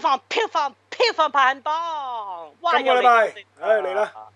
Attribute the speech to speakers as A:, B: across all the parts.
A: 房票房票房排行榜，哇！
B: 今個禮拜唉嚟啦！
A: 啊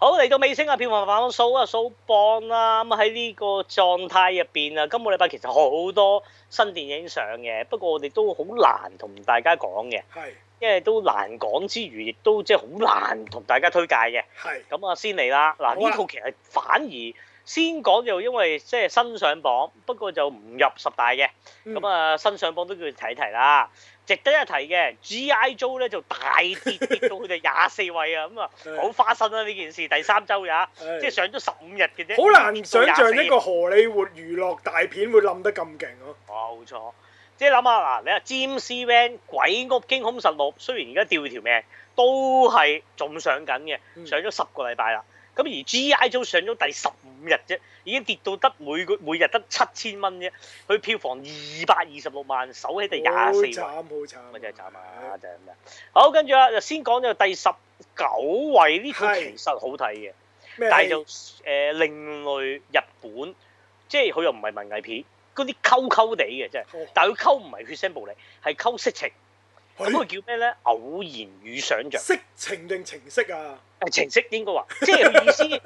A: 好嚟到尾聲啊，票房排行榜數啊數榜啦，咁啊喺呢個狀態入邊啊，今個禮拜其實好多新電影上嘅，不過我哋都好難同大家講嘅，
B: 係
A: 因為都難講之餘，亦都即係好難同大家推介嘅。
B: 係
A: 咁啊，先嚟啦！嗱，
B: 好
A: 呢
B: 啊
A: 套其實反而先講就因為即係新上榜，不過就唔入十大嘅。
B: 嗯
A: 咁啊，新上榜都叫睇一提啦。值得一提嘅 G.I. Joe 咧就大 跌跌到佢哋廿四位啊！咁啊，好花生啦呢件事，第三週呀，
B: 係
A: 即係上咗十五日嘅啫。
B: 好難想象
A: 跌
B: 一
A: 到
B: 個荷里活娛樂大片會冧得咁勁啊
A: 24
B: 咯。
A: 冇錯，即係諗下嗱，你啊 James Wan《鬼屋驚恐實錄》，雖然而家吊條命，都係仲上緊嘅。
B: 嗯
A: 上咗十個禮拜啦。咁而 G.I. Joe 上咗第十五日啫，已經跌到得每個每日得七千蚊啫。佢票房二百二十六萬，守喺第廿四位，
B: 好慘，啊好慘。
A: 咪就係慘啊！就係咁樣。好，跟住啊，就先講咗第十九位呢套
B: 係
A: 其實好睇嘅，
B: 咩戲？
A: 但係就誒、呃另類日本，即係佢又唔係文藝片，嗰啲溝溝地嘅真係。
B: 哦
A: 但係佢溝唔係血腥暴力，係溝色情。咁佢
B: 係
A: 叫咩咧？偶然與想像。
B: 色情定情色啊？
A: 誒程式應該話，即係佢意 思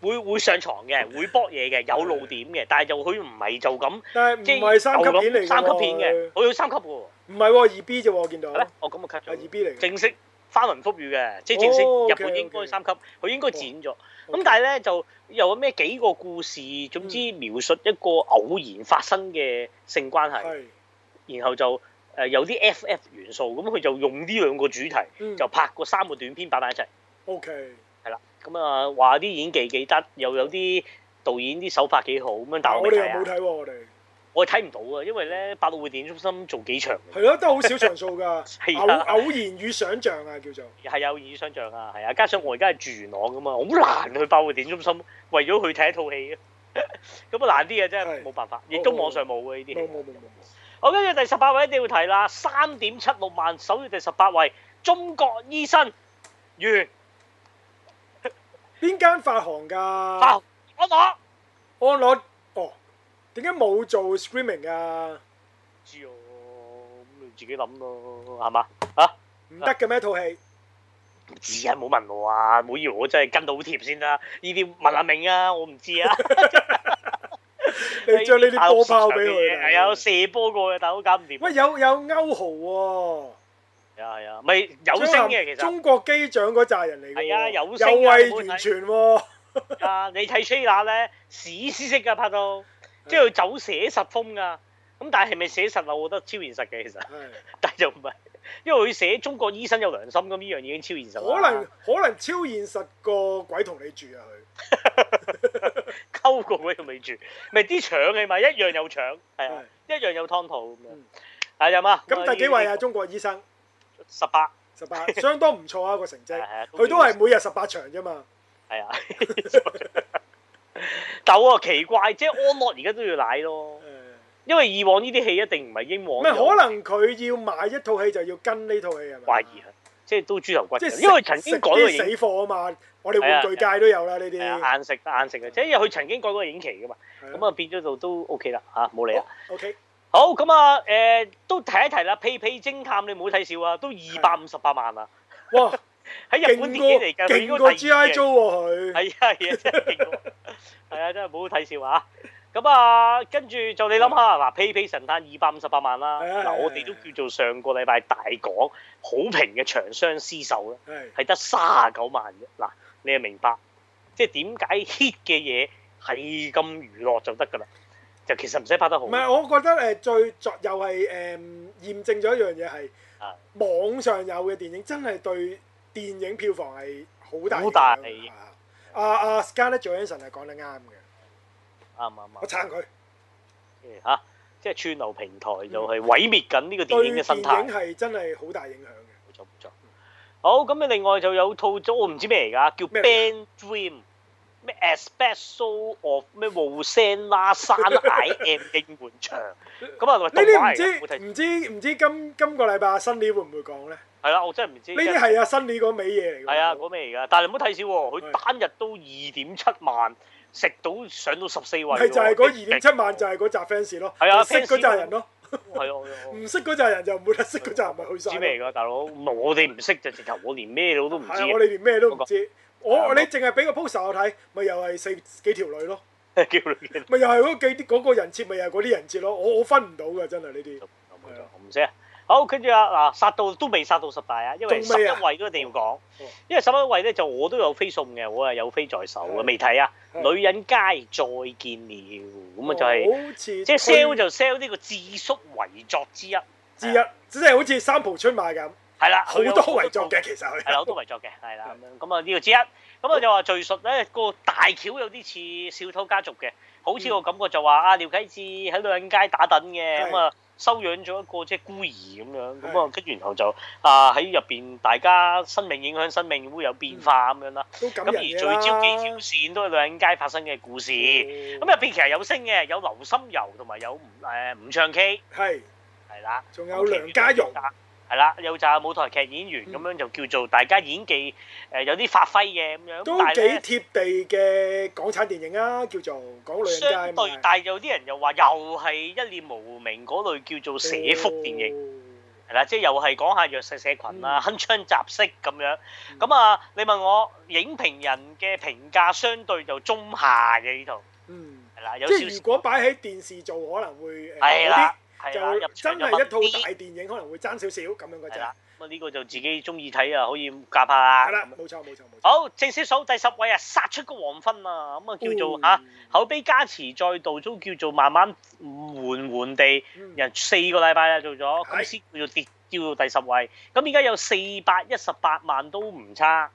A: 會會上床嘅，會搏嘢嘅，有露點嘅，但係就佢唔係就咁，
B: 但
A: 即
B: 係唔係三級片嚟㗎喎
A: 三級片嘅，佢有三級嘅喎，
B: 唔係喎，二 B 啫喎，我見到。
A: 係咩？我咁啊 cut
B: 係二
A: 咗，
B: B 嚟嘅。
A: 正式翻雲覆雨嘅，即係正式
B: 哦
A: 日
B: ，OK，
A: 本應該
B: OK
A: 三級，佢應該剪咗。咁
B: OK 嗯
A: 但係咧就又有咩幾個故事，總之描述一個偶然發生嘅性關係，
B: 係。
A: 然後就誒有啲 FF 元素，咁佢就用呢兩個主題
B: 嗯
A: 就拍過三個短片擺埋一齊。
B: O K。
A: 係啦，咁啊話啲演技幾得，又有啲導演啲手法幾好咁樣，但
B: 但
A: 我
B: 我
A: 未
B: 哋
A: 睇啊，
B: 又冇睇喎，我哋。
A: 我睇唔到啊，因為咧百老匯電影中心做幾場
B: 係
A: 嘅，
B: 咯，都好少場 數
A: 係
B: 㗎。
A: 啊
B: 偶偶然與想像啊，叫做。
A: 係有異想像啊，係啊，加上我而家係住元朗噶嘛，好難去百老匯電影中心為咗去睇一套戲啊，咁啊難啲嘅真係
B: 係
A: 冇辦法，亦都
B: 好好
A: 網上冇嘅呢啲
B: 冇
A: 戲。
B: 冇冇冇冇。
A: 好，跟住第十八位一定要提啦，三點七六萬首月第十八位，中國醫生完
B: 邊間發行㗎？
A: 啊，我攞
B: 安樂哦，點解冇做 screaming 㗎？
A: 知喎，咁你自己諗咯，係嘛嚇？
B: 唔得嘅咩套戲？
A: 知啊，唔好問我啊，唔好以為我真係跟到好貼先啦。呢啲問阿明啊，我唔知啊。 哎
B: 你將呢啲波拋俾佢啊。
A: 係啊，我射波過嘅，但我搞唔掂。
B: 喂，有有歐豪喎，
A: 係啊係啊，咪有聲嘅其實
B: 中國機長嗰扎人嚟嘅喎，
A: 係啊有聲啊
B: 有位完全喎，
A: 啊！你睇 trailer 咧，史詩式㗎拍
B: 嗯
A: 到，即係佢走寫實風㗎。咁但係係咪寫實啊？我覺得超現實嘅其實，
B: 係
A: 但係就唔係，因為佢寫中國醫生有良心咁，呢樣已經超現實啦
B: 可能可能超現實個鬼同你住啊
A: 溝過佢仲未住，咪啲腸起咪一樣有腸，係啊，一樣有湯肚咁樣
B: 嗯。
A: 係啊嘛。
B: 佢。咁第幾位啊？
A: 呢
B: 中國醫生
A: 個？十八。
B: 十八，相當唔錯啊個成績
A: 係。係
B: 佢都係每日十八場啫嘛，
A: 係啊，但我啊 奇怪，即係安樂而家都要奶咯
B: 誒，
A: 因為以往呢啲戲一定唔係英皇
B: 唔
A: 有，
B: 係可能佢要買一套戲就要跟呢套戲係咪？
A: 懷疑啊，即係都豬頭骨
B: 即係
A: 嘅，
B: 食
A: 因為曾經改過
B: 食
A: 影
B: 啲死貨啊嘛，我哋玩具界都有啦呢啲。
A: 係啊硬食硬食嘅，即係因為佢曾經改過影期噶嘛，咁
B: 啊哦
A: 啊變咗就都 OK 啦嚇，冇理啦。
B: ，OK，
A: 好咁啊誒，都提一提啦，《屁屁偵探》你唔好睇少啊，都二百五十八萬啊，
B: 哇，
A: 喺日
B: 勁
A: 本電影嚟
B: 過
A: 㗎，佢應
B: 勁
A: 該
B: 過
A: 第二
B: G.I.
A: 嘅
B: Joe 喎佢。
A: 係啊，係啊，真係勁喎！係啊，真係冇好睇笑啊！咁啊，跟住就你諗下
B: 嗯
A: 嗱，《屁屁神探》二百五十八萬啦，
B: 係啊係啊
A: 嗱我哋都叫做上個禮拜大講好評嘅長相廝守啦，
B: 係。
A: 係得三十九萬啫。嗱，你就明白即係點解 hit 嘅嘢係咁娛樂就得㗎啦，就其實唔使拍得好
B: 唔。係，我覺得誒最作又係誒驗證咗一樣嘢係
A: 啊
B: 網上有嘅電影真係對電影票房係好大
A: 好大
B: 影響啊！阿阿 Scarlett Johansson 係講得啱嘅，
A: 啊啱啱
B: 我撐佢
A: 啱嚇，即係串流平台就係毀滅緊呢個電
B: 對
A: 影
B: 電
A: 嘅生態
B: 影。係真係好大影響嘅。
A: 冇錯冇錯。好，咁你啊另外就有套咗我唔知咩嚟㗎，叫
B: 咩嚟
A: Band Dream，咩 Espresso of 咩無聲拉山 I M 應援牆，咁啊，咪
B: 呢
A: 動畫嚟㗎，冇
B: 啲
A: 睇。
B: 唔知唔知唔知今今個禮拜阿新年會唔會講咧？呢
A: 係啦，我真係唔知。
B: 啲係阿啊新年嗰味嘢嚟㗎喎。
A: 係啊，嗰咩嚟㗎？但係你唔好睇少喎，佢
B: 係
A: 單日都二點七萬，食到上到十四位喎。
B: 係就係嗰二點七萬
A: 勁
B: 就係嗰扎 fans 咯，
A: 係啊
B: 就識嗰扎人咯，
A: 係咯，係咯
B: 唔識嗰扎人就唔會啦，識嗰扎人咪去
A: 知
B: 晒咯。
A: 咩嚟㗎，大佬？唔係我哋唔識就直頭，我連咩佬都唔知
B: 係啊我哋連咩都唔知。
A: 係啊
B: 我你淨係俾個 poster 我睇，咪又係四幾條女咯，
A: 啊！ 叫你見
B: 咪又係嗰幾啲嗰個人設，咪又係嗰啲人設咯。我我分唔到㗎，真係呢啲。係啊
A: 我唔識啊。好，跟住啊嗱，殺到都未殺到十大啊，因為十
B: 仲未
A: 一
B: 啊
A: 位都一定要講
B: 哦，
A: 因為十一位咧就我都有飛送嘅，我啊有飛在手嘅，
B: 係
A: 未睇啊。
B: 哦係哦
A: 女人街再見了，咁啊就係
B: 好
A: 即
B: 似
A: 係
B: 推
A: sell 就 sell 呢個智叔遺作之一，
B: 之一，即係好似三浦春馬咁，
A: 係啦，
B: 好多遺作嘅其實佢
A: 係啦，好多遺作嘅，係啦咁樣，咁啊呢個之一，咁啊就話敘述咧個大橋有啲似小偷家族嘅，好似我感覺就話啊廖啟智喺女人街打躉嘅，
B: 係
A: 咁啊收養咗一個即係孤兒咁樣，咁啊
B: 係
A: 跟住然後就啊喺入邊大家生命影響生命會有變化咁樣啦，
B: 都感
A: 咁而
B: 嗯人
A: 聚
B: 嘅
A: 焦幾條
B: 啦。
A: 線都係女人街發生嘅故事，咁入
B: 咁
A: 邊其實有星嘅，有劉心柔同埋有吳誒吳唱 K
B: 係，
A: 係啦。
B: 仲有梁家蓉，嗯
A: 係啦，有扎舞台劇演員咁樣就叫做大家演技誒、呃有啲發揮嘅咁樣，
B: 都
A: 但
B: 幾
A: 係
B: 貼地嘅港產電影啊，叫做講
A: 咧
B: 女
A: 相
B: 人街
A: 對，
B: 嘛。
A: 但係有啲人又話又係一念無名嗰類叫做社福電影。
B: 影
A: 係啦，即係又係講下弱勢社群啊，
B: 哦嗯
A: 鏗鏘集式咁樣。
B: 嗯
A: 咁啊，你問我影評人嘅評價相對就中下嘅呢套，
B: 嗯。
A: 係啦，有
B: 即
A: 少
B: 係如果
A: 少
B: 擺喺電視做，可能會誒
A: 係啦，
B: 好
A: 係啦，
B: 啲
A: 入
B: 就
A: 場
B: 真
A: 就
B: 係一
A: 密
B: 套
A: 啲
B: 大電影，可能會爭少少咁樣嘅
A: 係
B: 啫
A: 啦。。咁啊，呢個就自己中意睇啊，可以夾下啦。
B: 係啦，冇錯冇錯冇錯。
A: 好，正式數第十位啊，殺出個黃昏啊，咁啊叫做
B: 嗯
A: 嚇、口碑加持再度都叫做慢慢緩緩地，
B: 嗯
A: 人四個禮拜啦啊做咗，咁
B: 係
A: 先叫做跌掉到第十位。咁而家有四百一十八萬都唔差，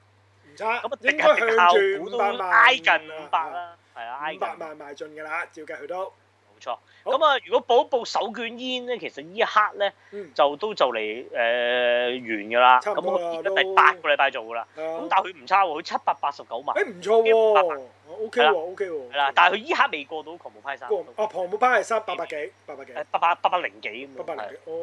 B: 唔差，
A: 咁啊
B: 應
A: 定
B: 該
A: 係定效
B: 向
A: 股都
B: 住五百萬啊
A: 挨近五百，啦，係啊，挨近
B: 五百萬賣盡㗎啦，照計佢都
A: 冇錯。
B: 好
A: 咁啊，如果補一補手捲煙咧，其實呢一刻咧
B: 嗯
A: 就都就嚟誒、呃完㗎啦。
B: 差唔
A: 咁
B: 多啦
A: 我而家
B: 都
A: 第八個禮拜做㗎啦。咁
B: 咁
A: 但係佢唔差喎，佢七百八十九萬
B: 誒唔錯喎，OK 喎 OK 喎，
A: 係啦，但係佢依刻未過到狂舞派三。
B: 個啊龐姆巴係三八百幾八百幾
A: 誒八百八百零幾咁樣，
B: 八百
A: 係
B: 零幾，哦，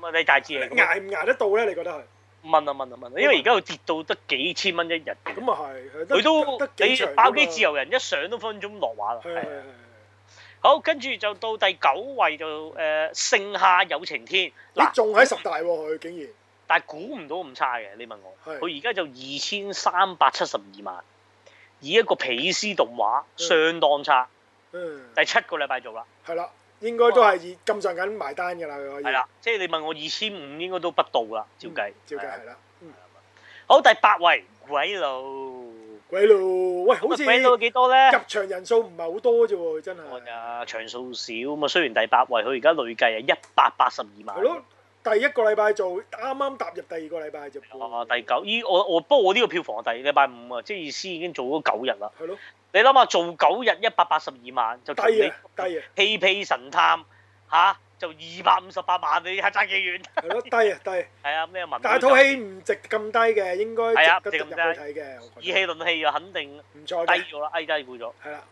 A: 咁啊你大致係咁樣
B: 捱唔捱得到咧？你覺得係？
A: 問啊問啊問啊，因為而家佢跌到得幾千蚊一日嘅，
B: 咁啊係，係得
A: 佢都
B: 得得幾場㗎
A: 你
B: 嘛
A: 爆機自由人一上都分分鐘落畫啦。
B: 係係
A: 係
B: 係
A: 啊好，跟住就到第九位就誒盛夏有晴天
B: 係，
A: 嗱
B: 你，仲喺十大喎佢竟然。
A: 但係估唔到咁差嘅，你問我，
B: 係
A: 佢而家就二千三百七十二萬，以一個皮斯動畫相當差，
B: 嗯，
A: 第七個禮拜做啦，
B: 係啦，應該都係以咁上緊埋單㗎啦，佢可以。
A: 係啦，即係你問我二千五應該都不到啦，照
B: 嗯，
A: 計，
B: 照計
A: 係啊
B: 係啦。嗯，
A: 好，第八位鬼佬，啊
B: 鬼佬，喂，好似
A: 鬼佬
B: 入
A: 幾多咧？
B: 場人數唔係好多啫喎，真
A: 我
B: 係。
A: 啊，場數少咁啊，雖然第八位，佢而家累計係一百八十二萬。
B: 係咯，第一個禮拜做，啱啱踏入第二個禮拜啫噃。
A: 啊，第。九，依我我不過我呢個票房係第禮拜五啊，即係意思已經做咗九日啦。
B: 係咯，
A: 你諗下，做九日一百八十二萬，就同
B: 低
A: 你
B: 啊，低啊，
A: 屁屁神探吓、就二百五十八萬，你係爭幾遠？
B: 係咯，低啊，低啊。
A: 係啊，咩文？
B: 但係套戲唔值咁低嘅，應
A: 係啊
B: 該值得
A: 唔值咁
B: 入去
A: 低
B: 睇嘅，我
A: 以
B: 覺得。
A: 戲論戲啊，肯定
B: 唔錯
A: 低
B: 嘅，
A: 咗啦，低低估咗。
B: 係啦，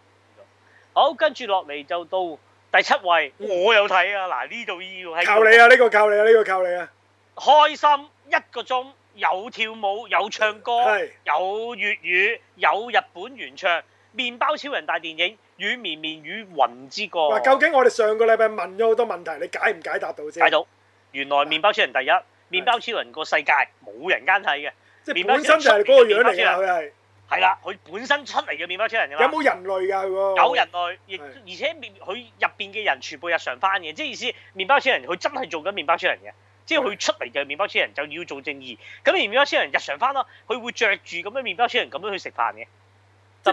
A: 好，跟住落嚟就到第七位，
B: 嗯
A: 我有睇啊！嗱，呢度要喺
B: 靠你啊！呢個靠你啊！呢個靠你啊！
A: 開心一個鐘，有跳舞，有唱歌，
B: 係
A: 有粵語，有日本原唱，麵包超人大電影，軟綿綿與雲之歌。
B: 嗱，究竟我哋上個禮拜問咗好多問題，你解唔解答到先？
A: 解到，原來麵包超人第一，麵包超人個世界冇人間睇嘅，
B: 即
A: 麵
B: 係
A: 包
B: 本身就係嗰個樣嚟㗎啦，佢係。
A: 係啦，佢本身出嚟嘅麵包超人㗎嘛。
B: 有冇人類㗎佢個？
A: 有人類，亦
B: 係
A: 而且面佢入邊嘅人全部日常翻嘅，即係意思麵包超人佢真係做緊麵包超人嘅，即係佢出嚟就係麵包超人就要做正義，咁而麵包超人日常翻咯，佢會着住咁樣麵包超人咁樣去食飯嘅。
B: 即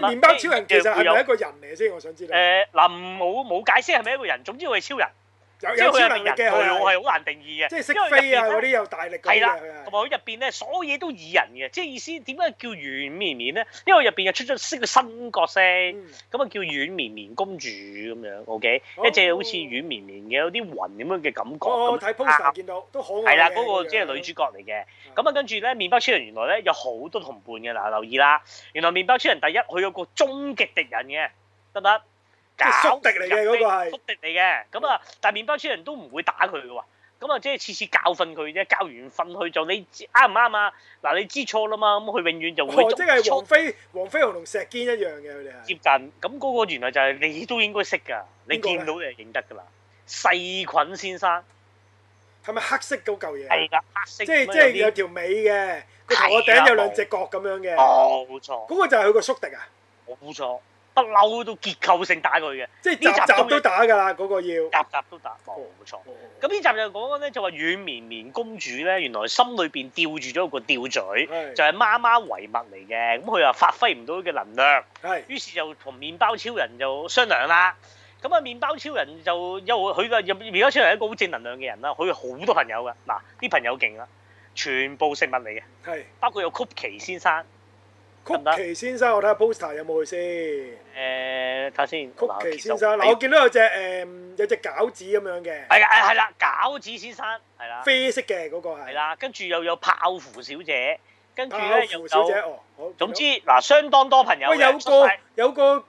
A: 得
B: 係
A: 啦
B: 麵包超人其實
A: 即係會
B: 係
A: 有
B: 咪一個人嚟先？我想知道。
A: 誒嗱，冇冇解釋係咪一個人，總之佢係超人，即係佢入邊人類我
B: 有有超能力嘅佢係，
A: 係好難定義嘅，
B: 即係識
A: 因為入
B: 飛啊
A: 邊咧
B: 嗰啲有大力嗰
A: 係
B: 啲
A: 啦
B: 嘅
A: 同
B: 佢係。
A: 埋佢入邊咧，所有嘢都擬人嘅，即係意思點解叫軟綿綿咧？因為入邊又出咗識個新角色，
B: 嗯
A: 咁啊叫軟綿綿公主咁樣，OK，
B: 哦
A: 一隻好似軟綿綿嘅有啲雲咁樣嘅感覺
B: 我
A: 咁
B: 我睇
A: 啊
B: poster 哦見到都可愛嘅。
A: 係啦，嗰個即係女主角嚟嘅。咁啊，跟住咧，麵包超人原來咧有好多同伴嘅嗱，留意啦。原來麵包超人第一，佢有個終極敵人嘅，得唔得？
B: 即係宿敵嚟嘅嗰個
A: 搞人哋
B: 係
A: 宿敵嚟嘅。咁啊，但係麵包超人都唔會打佢嘅喎。咁啊，即係次次教訓佢啫，教完訓佢就你知啱唔啱啊？嗱，你知錯啦嘛，咁佢永遠就會
B: 哦，即係
A: 做
B: 黃飛黃飛鴻同石堅一樣嘅佢哋
A: 接
B: 係。
A: 近。咁嗰個原來就係你都應該識㗎，你
B: 邊個呢
A: 見到你就認得㗎啦。細菌先生，
B: 係咪黑色嗰嚿嘢啊？
A: 係啦，黑色
B: 即係
A: 咁樣
B: 即係
A: 有
B: 有
A: 啲
B: 條尾嘅，個頭個
A: 係啊
B: 頂有兩隻角咁樣嘅。
A: 冇錯，
B: 嗰個就係佢個宿敵啊！
A: 冇錯，不嬲都結構性打佢嘅，
B: 即係
A: 呢集
B: 集集
A: 都
B: 都打㗎啦，嗰個要。
A: 集集都打，冇
B: 哦
A: 錯。咁呢集就講緊咧，就話軟綿綿公主咧，原來心裏邊吊住咗個吊嘴，
B: 係
A: 就係媽媽遺物嚟嘅，咁佢又發揮唔到佢嘅能量，
B: 係
A: 於是就同麵包超人就商量啦。咁啊，麵包超人就又佢個入麵包超人係一個好正能量嘅人啦，佢好多朋友噶，嗱啲朋友勁啦，啊全部食物嚟嘅，
B: 係。
A: 包括有曲奇先生，得唔得
B: 曲奇先生，我睇下 poster 有冇佢先。
A: 誒睇下先，
B: 曲奇先
A: 其實
B: 生，嗱我見到有隻誒有隻餃子咁樣嘅，
A: 係啦係啦，餃子先生係啦
B: 啡色嘅嗰個
A: 係
B: 係。
A: 啦，跟住又有泡芙小姐，跟住
B: 泡
A: 咧又
B: 芙小姐
A: 有。
B: 哦，好。
A: 總之嗱，相當多朋友
B: 喂，
A: 嘅啊
B: 有
A: 出
B: 個
A: 晒
B: 有個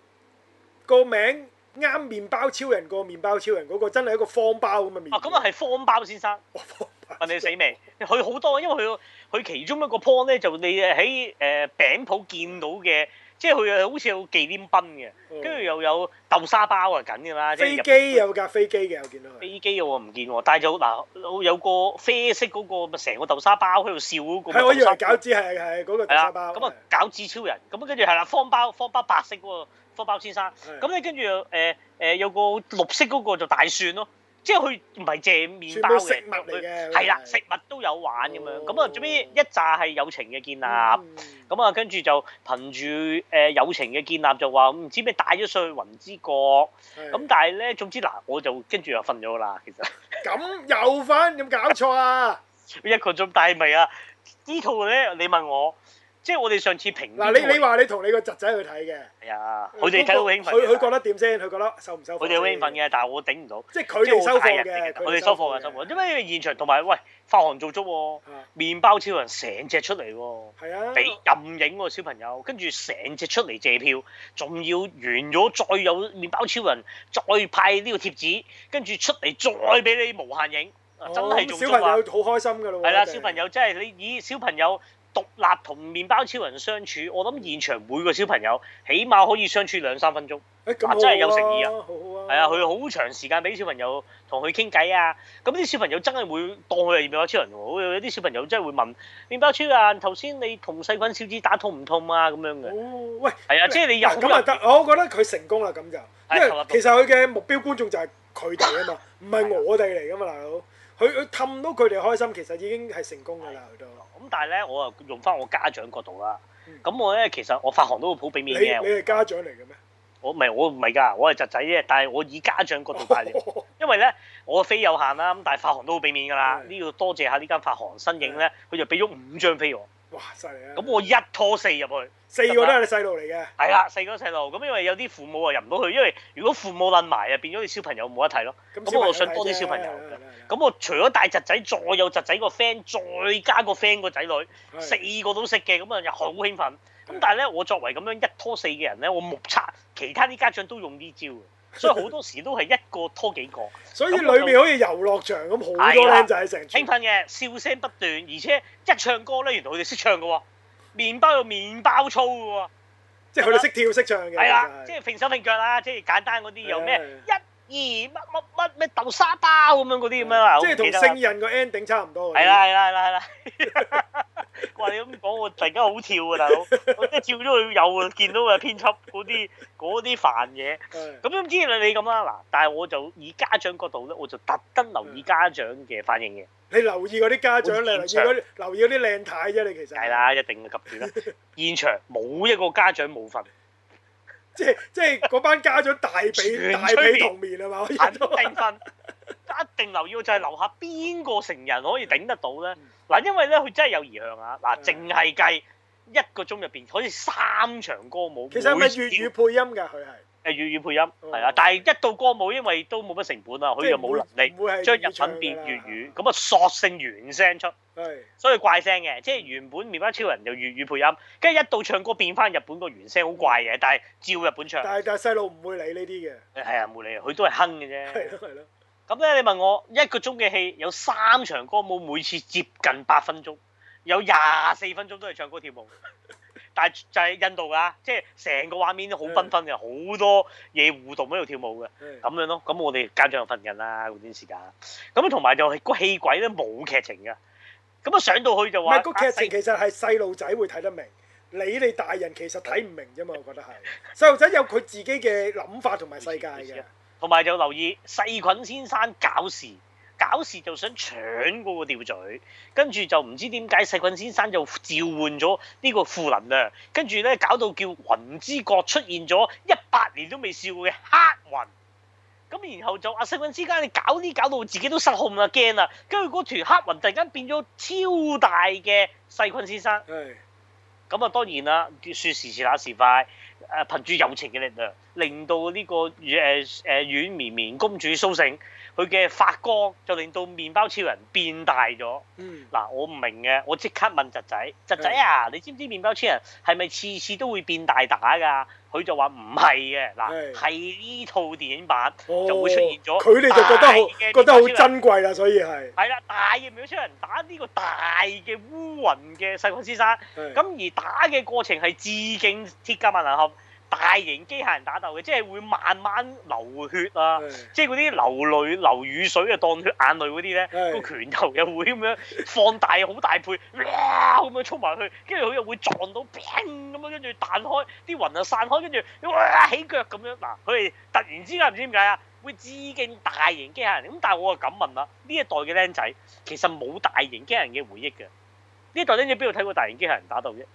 B: 個名啱麵包超人個麵包超人嗰個真係一個方包咁嘅面。
A: 啊，咁啊係方包先生，
B: 哦方包
A: 問你死未？佢好多，因為佢佢其中一個 point 咧，就你喺誒、呃、餅鋪見到嘅，即係佢好似有忌廉賓嘅，
B: 哦
A: 跟住又有豆沙包啊，緊㗎啦，即係
B: 飛
A: 入
B: 機有架飛機嘅，我見到佢。
A: 飛機我唔見喎，但係就嗱有個啡色嗰、個咪成個豆沙包喺度笑嗰個，
B: 係，我以為餃子係係嗰
A: 係
B: 個豆
A: 啦，
B: 沙包。
A: 咁啊餃子超人，咁啊跟住係啦，方包方包白色嗰、個方包先生。
B: 係
A: 咁咧跟住又誒誒有個綠色嗰個就大蒜咯，即係佢唔係借麵
B: 全
A: 包
B: 部食
A: 嘅，
B: 物嚟
A: 佢
B: 嘅。
A: 係啦，食物都有玩咁樣。
B: 哦
A: 咁啊，最尾一紮係友情嘅建立，咁
B: 咁
A: 啊跟住就憑住誒友情嘅建立就話唔知咩帶咗上去雲之國，
B: 嗯
A: 咁但係咧總之嗱我就跟住就瞓咗啦， 其實
B: 咁又翻，有冇搞錯啊？
A: 一個鐘，但係咪啊？呢套咧你問我，即係我哋上次評呢
B: 嗱，你
A: 套
B: 你話你同你個侄仔去睇嘅，
A: 係啊，佢哋睇到好興奮㗎，
B: 佢佢覺得點先？佢覺得收唔收貨？
A: 佢哋好興奮，嘅，但係我頂唔到。
B: 即係佢哋收貨
A: 嘅
B: 嘅，，
A: 我哋收貨嘅收貨，因為現場同埋喂發行做足喎，
B: 啊
A: 麵包超人成隻出嚟喎，
B: 係啊，
A: 俾任影喎小朋友，跟住成隻出嚟借票，仲要完咗再有麵包超人再派呢個貼紙，跟住出嚟再俾你無限影，啊
B: 哦
A: 真係做
B: 咁小
A: 足
B: 朋友
A: 啊！
B: 好開心㗎咯喎。
A: 係啦，
B: 真係
A: 小朋友真係你以小朋友獨立同麵包超人相處，我諗現場每個小朋友起碼可以相處兩三分鐘。
B: 誒咁
A: 啊真係有誠意啊
B: 好好啊，
A: 係啊，佢好長時間俾小朋友同佢傾偈啊，咁啲小朋友真係會當佢係麵包超人喎，有啲小朋友真係會問麵包超人啊頭先你同細菌小子打痛唔痛啊咁樣嘅，
B: 哦，喂，
A: 係啊，即係你有
B: 嗱咁啊得，我覺得佢成功啦，咁就，因
A: 投入
B: 為
A: 到
B: 其實佢嘅目標觀眾就係佢哋啊嘛，唔係我哋嚟噶嘛，大佬，佢佢氹到佢哋開心，其實已經係成功噶啦，佢都。
A: 咁但係咧，我啊用翻我家長角度啦
B: 嗯，
A: 咁我咧其實我發行都好普俾
B: 你你
A: 面嘅，
B: 係家長嚟嘅咩？
A: 我唔係我唔係㗎，我係侄仔啫，但係我以家長角度帶你。 因為咧，我飛有限啦，咁但係發行都好俾面㗎啦，
B: 係
A: 呢要多謝下呢間發行新影
B: 嗯
A: 咧，佢就俾咗五張飛我，
B: 哇！犀利啊！
A: 咁我一拖四入去。
B: 四個都係你細路嚟嘅，
A: 係啊啦，細個細路咁，因為有啲父母啊入唔到去，因為如果父母撚埋啊，變咗你小朋友冇得睇咯。
B: 咁
A: 咁我想多啲小朋友嘅
B: 咁
A: 咁我除咗帶侄仔，再有侄仔個 friend，再加個 friend 個仔女，四個都識嘅，咁啊又好興奮。咁但係咧，我作為咁樣一拖四嘅人咧，我目測其他啲家長都用呢招 嘅，所以好多時都係一個拖幾 個，
B: 所以裏面好似遊樂場咁，好多
A: 啊
B: 僆仔成
A: 興
B: 團，
A: 奮嘅笑聲不斷，而且一唱歌咧，原來佢哋識唱嘅喎，麵包有麵包操嘅喎。
B: 即係佢哋識跳識唱嘅，
A: 係啊啦，
B: 其
A: 即
B: 實係
A: 係揈手揈腳啦，即係簡單嗰啲有咩一
B: 係
A: 二乜乜乜咩豆沙包咁樣嗰啲咁樣啦，
B: 即係
A: 我唔
B: 同
A: 記得啦
B: 聖人個 ending 差唔多嘅，
A: 係啦係啦係啦係啦，哇！你咁講我突然間好跳啊，大佬，我即係跳咗去右見到啊編輯嗰啲嗰啲煩嘢，
B: 係，
A: 咁總之你你咁啦嗱，但係我就以家長角度咧，我就特登留意家長嘅反應嘅。
B: 你留意嗰啲家長，你
A: 現
B: 留意
A: 場
B: 嗰啲留意嗰啲靚太啫，你其實
A: 係，啦，一定嘅及住啦。現場冇一個家長冇份，
B: 即係即係嗰班家長大
A: 全
B: 髀大
A: 催
B: 髀
A: 眠
B: 同面啊嘛，可以
A: 肯
B: 都係
A: 定份，一定留意。我就係留下邊個成人可以頂得到咧。嗱，因為咧佢真係有移向啊。嗱，
B: 嗯
A: 淨係計一個鐘入邊，好似三場歌舞。
B: 其實係咪
A: 每次
B: 粵語配音㗎？佢係
A: 誒粵語配音
B: 哦
A: 係啊，但係一到歌舞，因為都冇乜成本啦，佢
B: 即係
A: 就
B: 唔
A: 冇
B: 會
A: 能力
B: 唔會係
A: 將
B: 粵
A: 日
B: 語唱
A: 文變
B: 㗎啦
A: 粵語，咁啊索性原聲出，
B: 係
A: 所以怪聲嘅。即係原本麵包超人就粵語配音，跟住一到唱歌變翻日本個原聲，好怪嘅。但係照日本唱，
B: 但係但係細路唔會理呢啲嘅，
A: 係啊冇理，佢都係哼嘅啫。
B: 係咯係咯，
A: 咁咧，你問我一個鐘嘅戲有三場歌舞，每次接近八分鐘，有廿四分鐘都係唱歌跳舞， 但係就係印度㗎，即係成個畫面都好繽紛嘅，好多嘢互動喺度跳舞嘅，
B: 嗯
A: 咁樣咯。咁我哋家長瞓緊啦嗰段時間，咁同埋就係個戲鬼咧冇劇情㗎，咁啊上到去就
B: 唔
A: 話
B: 係個劇情其實係細路仔會睇得明，你哋大人其實睇唔明啫嘛，我覺得係 細路仔有佢自己嘅諗法同埋世界
A: 啊
B: 嘅，
A: 同埋就留意細菌先生搞事，搞事就想搶嗰個吊嘴，跟住就唔知點解細菌先生就召喚咗呢個負能量，跟住咧搞到叫雲之國出現咗一百年都未試過嘅黑雲。咁然後就阿細菌之間，你搞呢搞到自己都失控啦，驚啦！跟住嗰團黑雲突然間變咗超大嘅細菌先生，
B: 係
A: 咁啊，當然啦，説時遲那時快，誒、憑住友情嘅力量，令到呢、個誒誒軟綿綿公主甦醒，佢嘅發光就令到麵包超人變大咗。
B: 嗯
A: 嗱，我唔明嘅，我即刻問侄仔，侄仔啊，你知唔知麵包超人係咪次次都會變大打㗎？佢就話唔係嘅，嗱
B: 係
A: 係呢套電影版
B: 哦
A: 就會出現咗
B: 佢哋就覺得好
A: 大嘅
B: 覺得
A: 麵包
B: 好
A: 超人
B: 珍貴啦，所以係
A: 係啦，大嘅麵包超人打呢個大嘅烏雲嘅細菌先生。
B: 係
A: 咁而打嘅過程係致敬鐵甲萬能俠大型機械人打鬥嘅，即係會慢慢流血啊，
B: 係
A: 即係嗰啲流淚、流雨水啊、當血眼淚嗰啲咧，
B: 係
A: 個拳頭又會咁樣放大好大倍，哇咁樣衝埋去，跟住佢又會撞到，砰咁樣跟住彈開，啲雲啊散開，跟住哇起腳咁樣嗱，佢哋突然之間唔知點解啊，會致敬大型機械人。咁但係我就咁問啦，呢一代嘅僆仔其實冇大型機械人嘅回憶嘅，呢一代僆仔邊度睇過大型機械人打 鬥啫？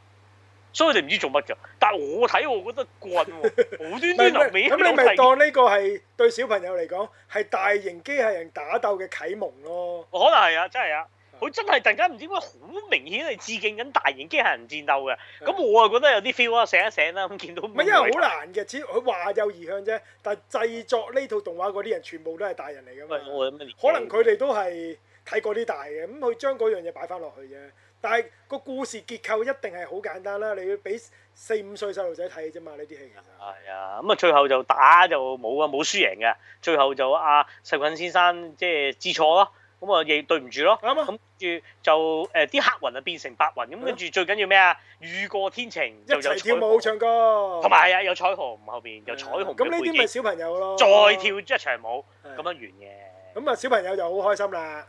A: 所以佢哋唔知做乜㗎，但係我睇我覺得棍喎，無端
B: 唔係
A: 端
B: 唔
A: 留
B: 係
A: 尾
B: 咁你
A: 喺度
B: 咪
A: 睇
B: 當呢個係對小朋友嚟講係大型機械人打鬥嘅啟蒙咯，
A: 可能係啊，真係啊，佢真係突然間唔知點解好明顯係致敬緊大型機械人戰鬥嘅。咁我啊覺得有啲 feel 啊，醒一醒啦，咁見到
B: 唔係因為好難嘅，只佢話有異向啫，但係製作呢套動畫嗰啲人全部都係大人嚟㗎
A: 喂
B: 嘛。
A: 我有乜年紀
B: 可能佢哋都係睇過啲大嘅，咁佢將嗰樣嘢擺翻落去啫。但係個故事結構一定係好簡單啦，你要俾四五歲細路仔睇啫嘛，呢啲戲其實。
A: 係啊，咁啊最後就打就冇啊，冇輸贏嘅，最後就阿細菌先生即係知錯咯，咁啊亦對唔住咯。
B: 啱
A: 咁
B: 啊，
A: 跟住就誒啲黑雲啊變成白雲，咁跟住最緊要咩啊？雨過天晴
B: 一
A: 就有彩
B: 齊跳
A: 虹
B: 舞，唱歌，
A: 同埋啊有彩虹後邊有彩虹
B: 咁呢
A: 嘅背
B: 啲咪哦
A: 景，
B: 小朋友咯。
A: 再跳一場舞咁樣
B: 係
A: 完嘅。
B: 咁啊，小朋友就好開心啦。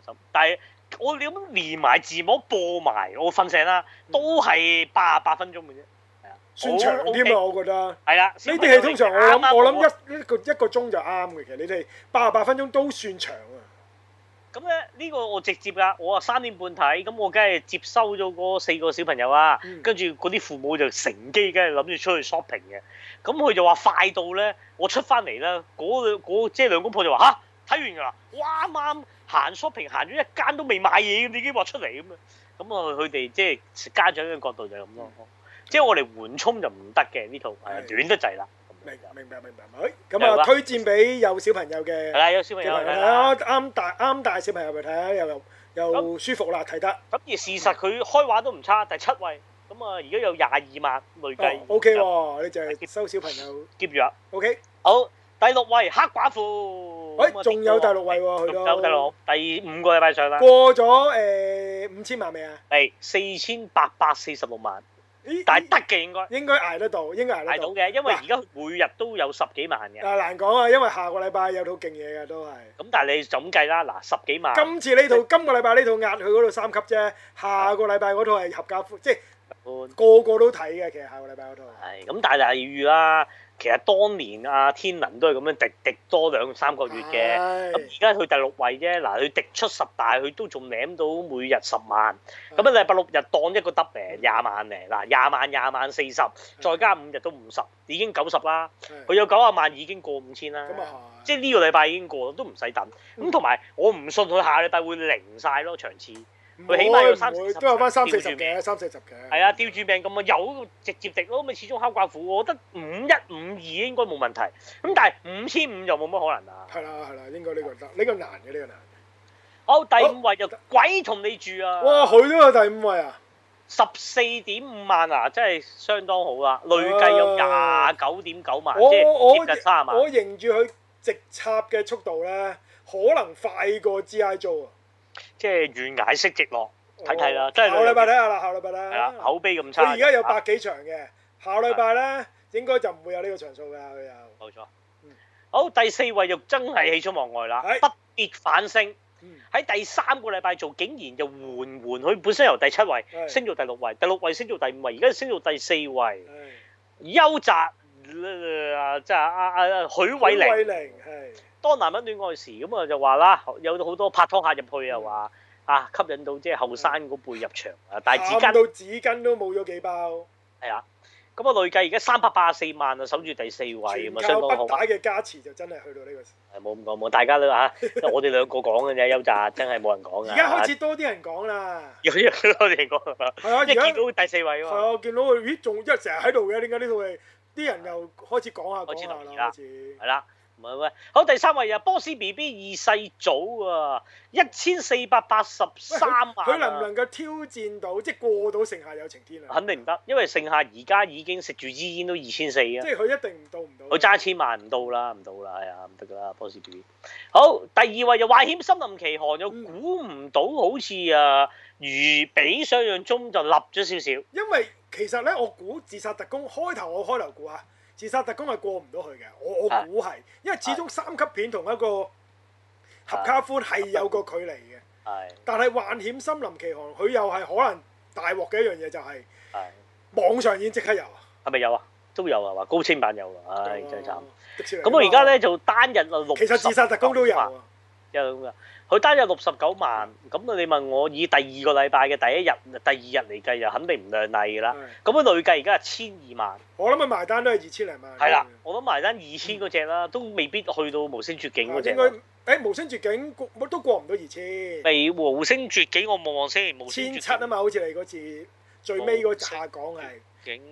A: 開心。但係我哋咁連埋字幕播埋，我瞓醒啦，都係八十八分鐘嘅啫。係啊
B: 算長添啊，
A: 好 OK，
B: 我覺得。呢
A: 係啦，呢
B: 啲戲通常我諗我諗一一個一個鐘就啱嘅，其實你哋八十八分鐘都算長啊。
A: 咁咧呢個我直接㗎，我啊三點半睇，咁我梗係接收咗嗰四個小朋友啊
B: 嗯，
A: 跟住嗰啲父母就乘機梗係諗住出去 shopping 嘅，咁佢就話快到咧，我出翻嚟啦，嗰兩嗰即係兩公婆就話吓，睇完㗎啦，哇啱啱行 shopping 行咗一間都未買嘢，你已經話出嚟咁啊，咁啊佢哋即係家長嘅角度就係咁咯，
B: 嗯
A: 即係我哋緩衝就唔得嘅呢套，係啊
B: 係
A: 短得滯啦，咁
B: 明
A: 樣就
B: 明白明白，哎咁啊推薦俾有小朋友
A: 係。
B: 嘅
A: 啦，有小
B: 嘅朋友
A: 朋友係
B: 睇
A: 啦。
B: 啦，啱大啱大小朋友咪睇啦，又又又舒服啦，睇得。
A: 咁而事
B: 嗯
A: 實佢開畫都唔差，第七位。咁啊，而家有廿二萬累計。
B: 哦，OK 喎，你就係收 小朋友
A: keep 住啊。
B: ，OK。
A: 好，第六位黑寡婦。
B: 喂
A: 咁啊
B: 仲有第六位喎佢都
A: 仲有第六，第五個禮拜上啦。
B: 過咗誒五千萬未啊？
A: 係四千八百四十六萬，
B: 咦
A: 但係得嘅應該
B: 應該捱得到，應該捱
A: 捱
B: 得
A: 到
B: 到。
A: 嘅，因為
B: 嗱
A: 而家每日都有十幾萬嘅。
B: 啊難講啊，因為下個禮拜有套勁嘢嘅都係。
A: 咁但係你就咁計啦，嗱十幾萬，
B: 今次呢套今個禮拜呢套壓佢嗰度三級啫，下個禮拜嗰套係合家歡，即係個個都睇嘅。其實下個禮拜嗰套
A: 係咁，但係例如啦，其實當年阿天能都係咁樣滴滴多兩三個月
B: 啊
A: 嘅。咁
B: 嘅
A: 而家佢第六位啫，嗱佢滴出十大，佢都仲舐到每日十萬，
B: 嗯
A: 咁啊禮拜六日當一個得嚟廿萬嚟，嗱廿萬廿萬四十，
B: 嗯
A: 再加五日都五十，已經九十啦，佢有九啊萬已經過五千啦，
B: 咁啊係，嗯
A: 即係呢個禮拜已經過，都唔使等。咁同埋我唔信佢下禮拜會零晒咯場次，佢起碼有三
B: 唔
A: 四
B: 會唔
A: 十
B: 會都有翻三四十
A: 吊住命
B: 嘅，三四十嘅。
A: 係啊，吊住命咁啊，有直接滴咯，咪始終敲掛苦，我覺得五一五二應該冇問題，咁但係五千五就冇乜可能啊啦。
B: 係啦係啦，應該呢個得，呢個難嘅呢個難。
A: 好，第五位就鬼同你住啊！
B: 哇，佢都有第五位啊！
A: 十四點五萬啊，真係相當好啦，累計有廿九點九萬，即
B: 啊我我
A: 係接近三十萬。
B: 我迎住佢直插嘅速度咧，可能快過 G.I. Joe 啊！哦
A: 即係懸崖式直落，睇睇啦真係
B: 下個禮拜睇下啦，下個禮拜
A: 係啦，
B: 啦。
A: 口碑咁
B: 佢
A: 差。
B: 啊
A: 啊
B: 而家有百幾場嘅，下個禮拜咧應該就唔會有呢個場數㗎，佢又。
A: 冇錯
B: 嗯。
A: 好，第四位就真係喜出望外啦
B: 係，
A: 不跌反升。
B: 嗯，
A: 喺第三個禮拜做，竟然就緩緩，佢本身由第七位
B: 係
A: 升到第六位，第六位升到第五位，而家升到第四位。
B: 係。
A: 優澤，呃即係阿阿阿許偉
B: 潘
A: 玲。
B: 偉玲係。
A: 當男人戀愛時咁啊，就話啦，有好多拍拖客入去又話啊，吸引到即係後生嗰輩入場啊，但係
B: 喊
A: 紙
B: 到
A: 巾
B: 紙巾都冇咗幾包，
A: 係啊，咁啊累計而家三百八十四萬啊，守住第四位
B: 全
A: 咁啊，
B: 靠
A: 相當好
B: 北。打嘅加持就真係去到呢個。
A: 係冇咁講，冇大家都嚇，我哋兩個講嘅啫，優澤真係冇人講㗎。
B: 而家開始多啲人講啦，
A: 有一我哋講啦，
B: 係啊，而
A: 一
B: 家
A: 見
B: 係
A: 到第四位啊嘛，
B: 啊，見到佢咦仲一成日喺度嘅，點解呢套戲啲人又開始講下
A: 開
B: 講
A: 始
B: 下
A: 留意啦
B: 啦，開始
A: 係啦。唔係喂，好第三位啊，波斯 B B 二世祖啊，一千四百八十三萬啊。
B: 佢能唔能夠挑戰到即係過到盛夏有晴天啊？
A: 肯定唔得，因為剩下而家已經食住支煙都二千四啊
B: 即。係佢一定唔到唔到。
A: 佢揸千萬唔到啦，唔到啦，係啊，唔得噶啦，Boss B。好，第二位就壞險森林奇寒，又
B: 嗯
A: 估唔到好似啊，如比想象中就立咗少少，
B: 因為其實咧，我估自殺特工開頭我開頭估啊，自殺特工係過唔到去嘅，我我
A: 係
B: 估係，因為始終三級片同一個合家歡係有個距離嘅。
A: 係
B: 但係《幻險森林奇航》佢又係可能大鑊嘅一樣嘢，就係
A: 係
B: 網上已經即刻有啊！
A: 係咪有啊？都有啊，話高清版有啊，唉，
B: 哦
A: 真係慘。
B: 迪士尼哦
A: 咁我而家咧就單日啊六，
B: 其實自殺特工都有啊，
A: 有咁噶。佢單日六十九萬，咁啊你問我以第二個禮拜嘅第一日、第二日嚟計，就肯定唔量例㗎啦。
B: 係
A: 咁啊佢累計而家係千二萬。
B: 我諗佢埋單都係二千零萬。
A: 係啦，我諗埋單二千嗰只啦，都未必去到無聲絕境嗰
B: 啊應
A: 只。
B: 該誒無聲絕境過都過唔到二千，
A: 未無聲絕境，我望望先。無聲
B: 千
A: 絕
B: 七啊嘛，好似你嗰次最尾嗰下講係，
A: 境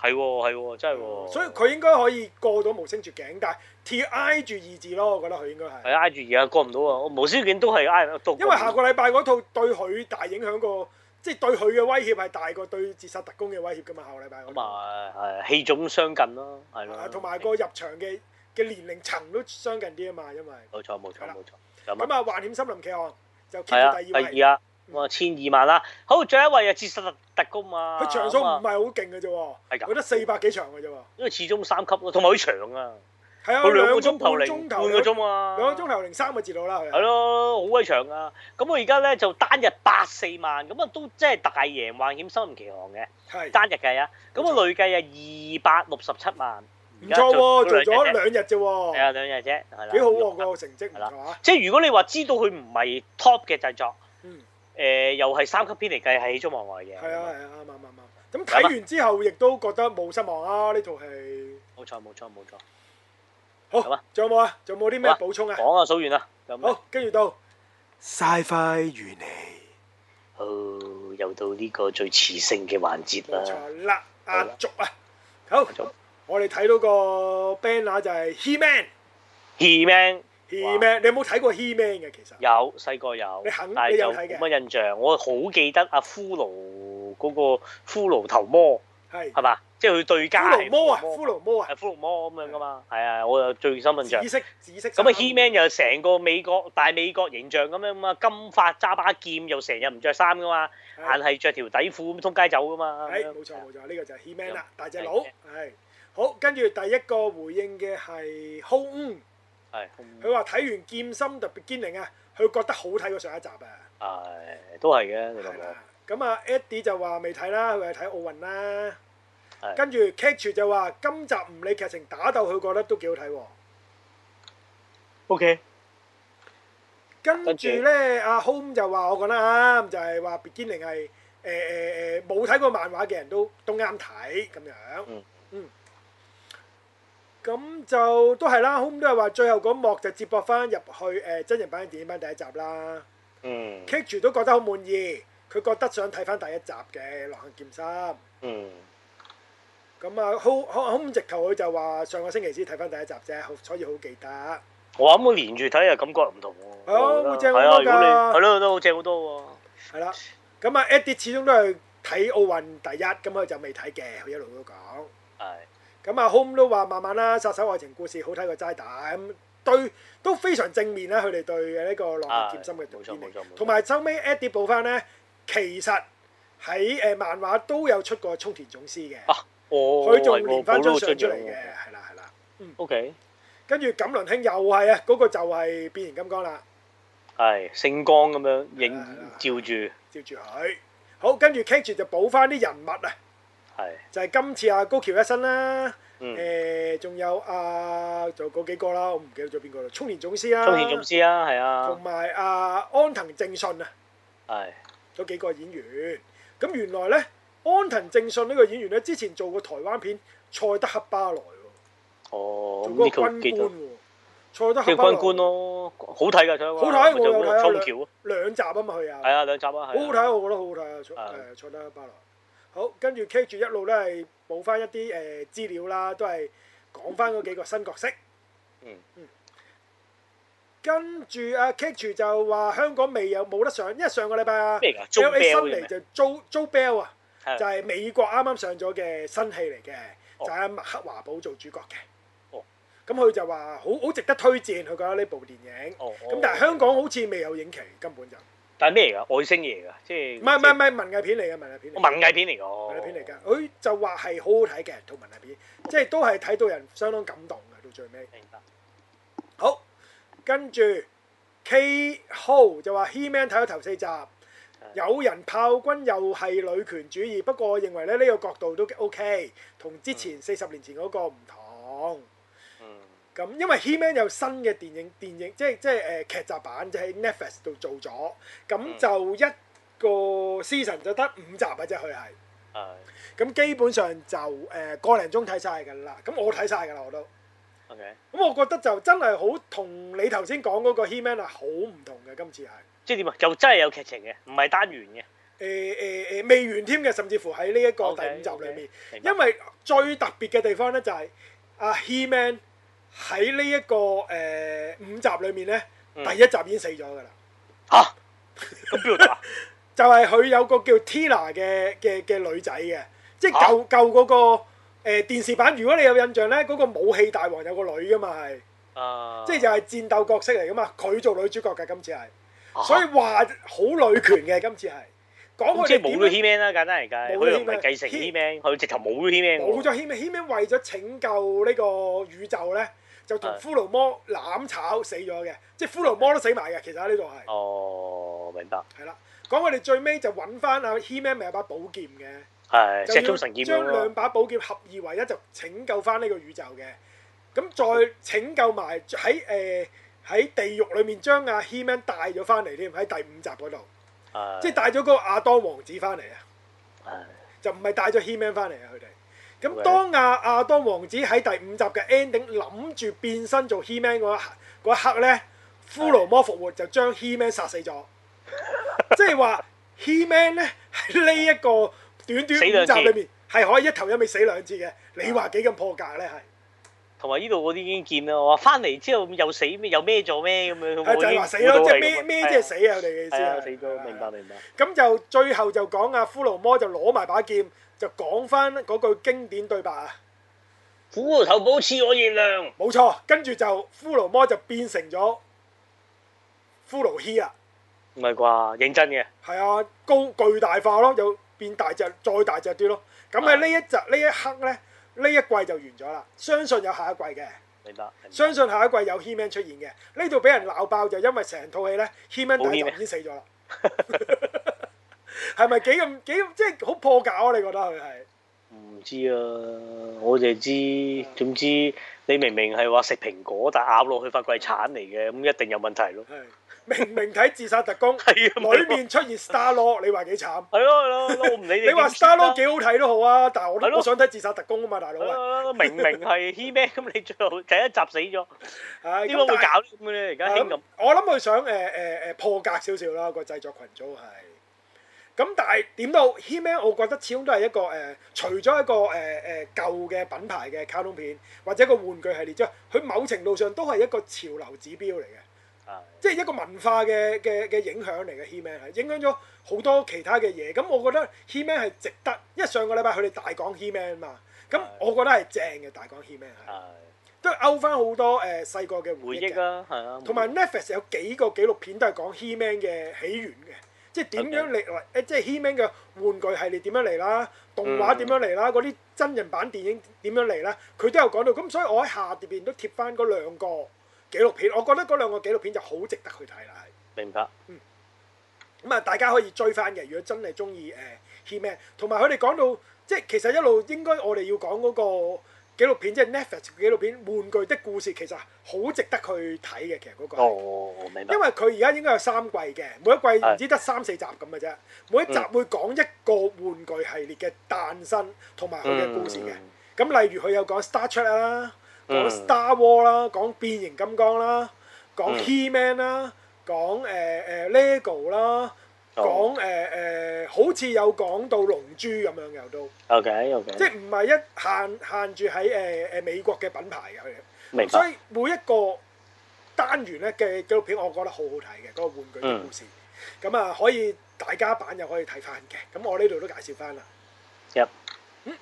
A: 係喎係喎，真係喎。
B: 所以佢應該可以過到無聲絕境，但係貼挨住二字咯，我覺得佢應該係，
A: 係啊挨住而家過唔到啊！我無聲絕境都係挨到。
B: 因為下個禮拜嗰套對佢大影響過，即係對佢嘅威脅係大過對自殺特工嘅威脅㗎嘛，下個禮拜嗰
A: 咁
B: 套。
A: 啊係氣種相近咯，係咯
B: 啊，。同埋個入場嘅嘅年齡層都相近啲啊嘛，因為
A: 冇錯冇錯
B: 係啦
A: 冇錯。咁啊
B: 咁啊，幻險森林奇案就 keep
A: 係啊，
B: 住第二
A: 第
B: 位，嗯
A: 二啊，咁啊千二萬啦。好，最後一位啊，節實特工啊。
B: 佢場數
A: 咁
B: 唔
A: 啊
B: 係好勁嘅啫喎，
A: 係㗎
B: 佢得四百幾場嘅啫喎，
A: 因為始終三級咯，同埋佢長啊，
B: 係啊，
A: 佢兩個
B: 個
A: 鐘頭
B: 半
A: 零半
B: 鐘頭，
A: 個鐘啊。
B: 兩個鐘頭零三個字到啦，佢
A: 係咯，好鬼長啊！咁我而家咧就單日八四萬，咁啊都真係大贏幻險森林奇航嘅
B: 係
A: 單日計啊！咁我累計啊二百六十七萬，
B: 唔錯喎，做咗
A: 兩
B: 兩日啫
A: 係啊
B: 喎，
A: 兩日啫，係啦，
B: 幾好喎個成績唔
A: 係啦
B: 錯啊，
A: 即係如果你話知道佢唔係 top 嘅製作，
B: 嗯，
A: 誒又係三級片嚟計係喜出望外嘅，
B: 係啊，係啊啱啱啱啱，咁睇完之後亦都覺得冇失望啊呢套戲，
A: 冇錯冇錯冇錯，咁
B: 好
A: 啊，
B: 仲有冇啊？仲有冇啲咩
A: 好啊
B: 補充啊？
A: 講啊數完啦，咁啊
B: 好，跟住到
C: Sci-Fi 如你。
A: 好又到呢個最磁性嘅環節
B: 冇
A: 啦，
B: 錯啦，
A: 好
B: 壓
A: 啦
B: 軸啊，好。
A: 做
B: 我哋睇到個 banner 就係 He Man，He
A: He Man。
B: Man，你有冇睇過 He Man 嘅其實？
A: 有細個有，
B: 你肯
A: 但係
B: 你
A: 就
B: 有睇
A: 冇
B: 嘅
A: 乜印象。我好記得阿骷髏嗰個骷髏頭魔
B: 係
A: 係嘛？即係佢對家
B: 骷
A: 係
B: 髏魔啊，
A: 骷
B: 骷髏魔啊，
A: 係骷髏魔咁樣噶嘛？係啊，我就最深印象
B: 紫。色紫色衫。
A: 咁啊，He Man 又成個美國大美國形象咁樣嘛，金髮揸把劍，又成日唔着衫噶嘛，硬
B: 係
A: 係着條底褲咁通街走噶嘛。
B: 係哎冇錯冇錯，呢個就係 He Man 啦，大隻佬
A: 係
B: 係。好，跟住第一個回應嘅係 Ho Un，
A: 係
B: 佢話睇完《劍心特別堅靈》啊，佢覺得好睇過上一集啊。
A: 係都係嘅，你
B: 係
A: 諗
B: 啦，咁啊 Eddie 就話未睇啦，佢係睇奧運啦。
A: 係
B: 跟住 Catch 就話今集唔理劇情打鬥，佢覺得都幾好睇喎。
A: O K，
B: 跟住咧，阿 Home 就話我講得啱，就係話 Beginning 係誒誒誒冇睇過漫畫嘅人都都啱睇咁樣。
A: 嗯
B: 嗯。咁就都係啦，Home 都係話最後嗰幕就接駁翻入去誒、呃真人版嘅電影版第一集啦。
A: 嗯
B: k i t 都覺得好滿意，佢覺得想睇翻第一集嘅《浪行劍心》。
A: 嗯，
B: 咁啊，Home Home 直頭佢就話上個星期先睇翻第一集啫，好所以好記得。
A: 我諗我連住睇又感覺唔同喎。
B: 係啊
A: 我覺得
B: 會正好
A: 係啊，如果你係
B: 多㗎
A: 咯，都好正好多喎。
B: 係啦，咁啊 Eddie 始終都係睇奧運第一，咁佢就未睇嘅，佢一路都講。
A: 係。
B: 咁啊 Home 都話慢慢啦，殺手愛情故事好睇過齋打，咁對都非常正面啊啦，佢哋對呢個《浪客劍心》嘅
A: 冇
B: 導
A: 錯
B: 演
A: 啊冇
B: 嚟
A: 錯冇錯，
B: 同埋收尾 Eddie 補翻咧，其實喺誒漫畫都有出過沖田總司嘅，
A: 啊哦，
B: 佢仲
A: 係喎
B: 連翻
A: 冇咗
B: 張
A: 個
B: 相出嚟
A: 樽
B: 嘅，
A: 喎
B: 係啦係啦。
A: OK，
B: 跟住錦麟兄又係啊，嗰、個就係變形金剛啦，
A: 係聖光咁樣影照住，
B: 照住佢。好，跟住 Cage 就補翻啲人物啊，
A: 係
B: 就係、今次阿高橋一生啦，誒、
A: 嗯，
B: 仲有啊，仲有嗰幾個啦，我唔記得咗邊個啦，沖田總司啦，
A: 中田總司啊，係啊
B: 同，埋啊安藤正信啊，
A: 係
B: 嗰幾個演員。咁原來咧，安藤正信呢個演員咧，之前做過台灣片《賽德克巴萊》喎，
A: 哦，咁
B: 做
A: 呢
B: 嗰
A: 套
B: 個軍
A: 幾
B: 官
A: 套？
B: 喎，賽德
A: 叫
B: 克巴
A: 軍官
B: 萊
A: 咯，好睇㗎，睇
B: 好睇我有睇啊
A: 衝
B: 兩
A: 橋啊，
B: 兩集啊嘛，佢啊
A: 係。啊，兩集啊，係啊
B: 好好睇，，我覺得好好睇啊！
A: 係
B: 誒坐得巴羅好，跟住 K 住一路都係補翻一啲誒、呃、資料啦，都係講翻嗰幾個新角色。
A: 嗯
B: 跟住阿 K 住就話香港未有冇得上，因為上個禮拜啊
A: 咩㗎？中
B: LA
A: 標
B: 辛
A: 嘅
B: 尼
A: 咩
B: 就租租 Bell 啊，
A: 係
B: 就係美國啱啱上咗嘅新戲嚟嘅，
A: 哦
B: 就係阿麥克華堡做主角嘅。
A: 哦
B: 咁佢就話好好值得推薦，佢覺得呢部電影。
A: 哦，
B: 咁但係香，港好似未有影期，根本就唔
A: 但係咩嚟㗎？外星嘢㗎，即係
B: 係唔係唔係文藝片嚟嘅文藝片嚟嘅。
A: 文藝片嚟㗎，哦
B: 文藝片嚟㗎，佢就話係好好睇嘅套文藝片，即係都係睇到人相當感動嘅到最尾。
A: 明白。
B: 好，跟住 K Ho 就話 He Man 睇咗頭四集，有人炮軍又係女權主義，不過我認為咧呢、呢個角度都 OK，同之前四十年前嗰個唔同。
A: 嗯，
B: 咁因為 He-Man 有新嘅電影電影，即係即係誒、呃、劇集版，就喺 Netflix 度做咗，咁
A: 嗯
B: 就一個 season 就得五集嘅啫，佢係。
A: 係
B: 咁基本上就誒、呃、個零鐘睇晒㗎啦，咁我睇晒㗎啦我都，
A: OK，
B: 咁我覺得就真係好同你頭先講嗰個 He-Man 啊好唔同嘅，今次係
A: 即係點啊？就真係有劇情嘅，唔係單元嘅。
B: 誒誒誒未完添嘅，甚至乎喺呢一個第
A: OK，
B: 五集裏面
A: OK，明白
B: 因為最特別嘅地方咧就係、阿、He-Man 喺呢一個誒、呃五集裏面咧，
A: 嗯
B: 第一集已經死咗㗎啦。
A: 嚇，咁邊度打？
B: 就係佢有個叫 Tina 嘅嘅嘅女仔嘅，即係
A: 啊
B: 舊舊嗰個誒、呃、電視版。如果你有印象咧，嗰、個武器大王有個女噶嘛係，
A: 啊，
B: 即係就係戰鬥角色嚟噶嘛，佢做女主角嘅今次係，
A: 啊
B: 所以話好女權嘅今次係講
A: 咁
B: 佢
A: 即係
B: 哋
A: 冇
B: 點
A: 咗
B: 樣
A: He-Man 啦，簡單嚟計，
B: 冇咗
A: 佢又唔係
B: He-Man
A: 繼承
B: He-
A: He-Man，佢直頭冇咗 He-Man 喎。
B: 冇咗 He-Man He-Man 為咗拯救呢個宇宙咧，就同
A: 係
B: 骷髏魔攬炒死咗嘅，即係骷髏魔都死埋嘅。其實喺呢度係
A: 哦，明白，
B: 係啦，講佢哋最尾就揾翻阿 He-Man 咪有把寶劍嘅。
A: 係
B: 就
A: 石
B: 要
A: 中神劍咁
B: 將兩
A: 咯。
B: 把寶劍合二為一，就拯救翻呢個宇宙嘅。咁再拯救埋喺誒喺地獄裏面將阿 He-Man 帶咗翻嚟添，喺第五集嗰度，
A: 係
B: 即係帶咗嗰個亞當王子翻嚟啊，
A: 係
B: 就唔係帶咗 He-Man 翻嚟啊佢哋。咁
A: OK
B: 當阿亞當王子喺第五集嘅 ending 諗住變身做 He-Man 嗰一刻嗰一刻咧，骷髏魔復活就將 He-Man 殺死咗，即係話 He-Man 咧喺呢一個短短
A: 死兩
B: 五
A: 次
B: 集裏面係可以一頭一尾死兩次嘅，你話幾咁破格咧係？
A: 同埋呢度我啲已經見啦，我話翻嚟之後又死咩又咩做咩咁樣，我
B: 係就
A: 已
B: 係
A: 經
B: 話死咯，
A: 估
B: 即
A: 到
B: 係
A: 咁
B: 咩
A: 啊
B: 咩即係死啊！佢哋嘅意思
A: 係啊，
B: 係
A: 死咗，明白。明白。
B: 咁就最後就講啊，骷髏魔就攞埋把劍，就講翻嗰句經典對白啊！
A: 骷髏頭保持我熱量，
B: 冇錯，跟住就骷髏魔就變成咗骷髏 he 啊，
A: 唔係啩？認真嘅，
B: 係啊，高巨大化咯，又變大隻，再大隻啲咯。咁喺呢一集呢一刻咧，呢一季就完咗啦。相信有下一季嘅，
A: 明白。明白
B: 相信下一季有 He-Man 出現嘅。呢度俾人鬧爆就因為成套戲咧，He-Man
A: 冇
B: 第一集
A: He-Man
B: 已經死咗啦。係咪幾咁幾咁即係好破格啊？你覺得佢係？
A: 唔知啊，我就知，總之你明明係話食蘋果，但咬落去發覺係橙嚟嘅，咁一定有問題咯。
B: 係 明明睇自殺特工，
A: 係啊，咪咯
B: 裏面出現 Star Lord，你話幾慘？
A: 係咯係咯係咯，我唔理你。
B: 你話 Star Lord 幾好睇都好啊，但係我
A: 係
B: 都
A: 咯
B: 我想睇自殺特工啊嘛，大佬
A: 係
B: 啊，
A: 咯？明明係 He-Man，咁你最後第一集死咗，
B: 唉
A: 點解會
B: 咁
A: 搞啲咁嘅咧？而家
B: 但係
A: 興咁，
B: 我諗佢想誒誒誒破格少少啦，個製作群組係。咁但係點到 He-Man，我覺得始終都係一個誒、呃除咗一個誒誒、呃、舊嘅品牌嘅卡通片或者一個玩具系列之外，佢某程度上都係一個潮流指標嚟嘅。
A: 係
B: 即係一個文化嘅嘅嘅影響嚟嘅 He-Man 係影響咗好多其他嘅嘢。咁我覺得 He-Man 係值得，因為上個禮拜佢哋大講 He-Man 嘛，咁
A: 係
B: 我覺得係正嘅大講 He-Man 係。
A: 係
B: 都勾翻好多誒細個嘅
A: 回
B: 回憶
A: 憶
B: 嘅。
A: 啦，係啊，
B: 同埋 Netflix 有幾個紀錄片都係講 He-Man 嘅起源嘅，即係點樣嚟誒即係 He-Man 嘅玩具系列點樣嚟啦，動
A: 嗯
B: 畫點樣嚟啦，嗰啲、真人版電影點樣嚟啦，佢都有講到。咁所以我喺下邊都貼翻嗰兩個紀錄片，我覺得嗰兩個紀錄片就好值得去睇啦，係。
A: 明白，
B: 咁啊，大家可以追翻嘅。如果真係中意誒 He-Man，同埋佢哋講到，即係其實一路應該我哋要講嗰個紀錄片，即係 Netflix 紀錄片《玩具的故事》，其實好值得去睇嘅。其實嗰個係。
A: 哦，明白
B: 因，為佢而家應該有三季嘅，每一季
A: 係
B: 唔
A: 嗯
B: 知得三四集咁嘅啫。每一集會講一個玩具系列嘅誕生同埋佢嘅故事嘅。
A: 嗯
B: 咁例如佢有講 Star Trek 啦，講
A: 嗯
B: Star War 啦，講變形金剛啦，講
A: 嗯
B: He-Man 啦，講誒誒 LEGO 啦，
A: 哦
B: 講誒誒好似有講到龍珠咁樣嘅都，
A: 嗯，OK，OK，
B: 即係唔係一限限住喺誒誒美國嘅品牌嘅佢哋。
A: 明
B: 所
A: 白，
B: 以每一個單元咧嘅紀錄片，我覺得好好睇嘅嗰個玩具嘅
A: 嗯
B: 故事。咁啊、可以大家版又可以睇翻嘅。咁我呢度都介紹翻啦。
A: Yep
B: 嗯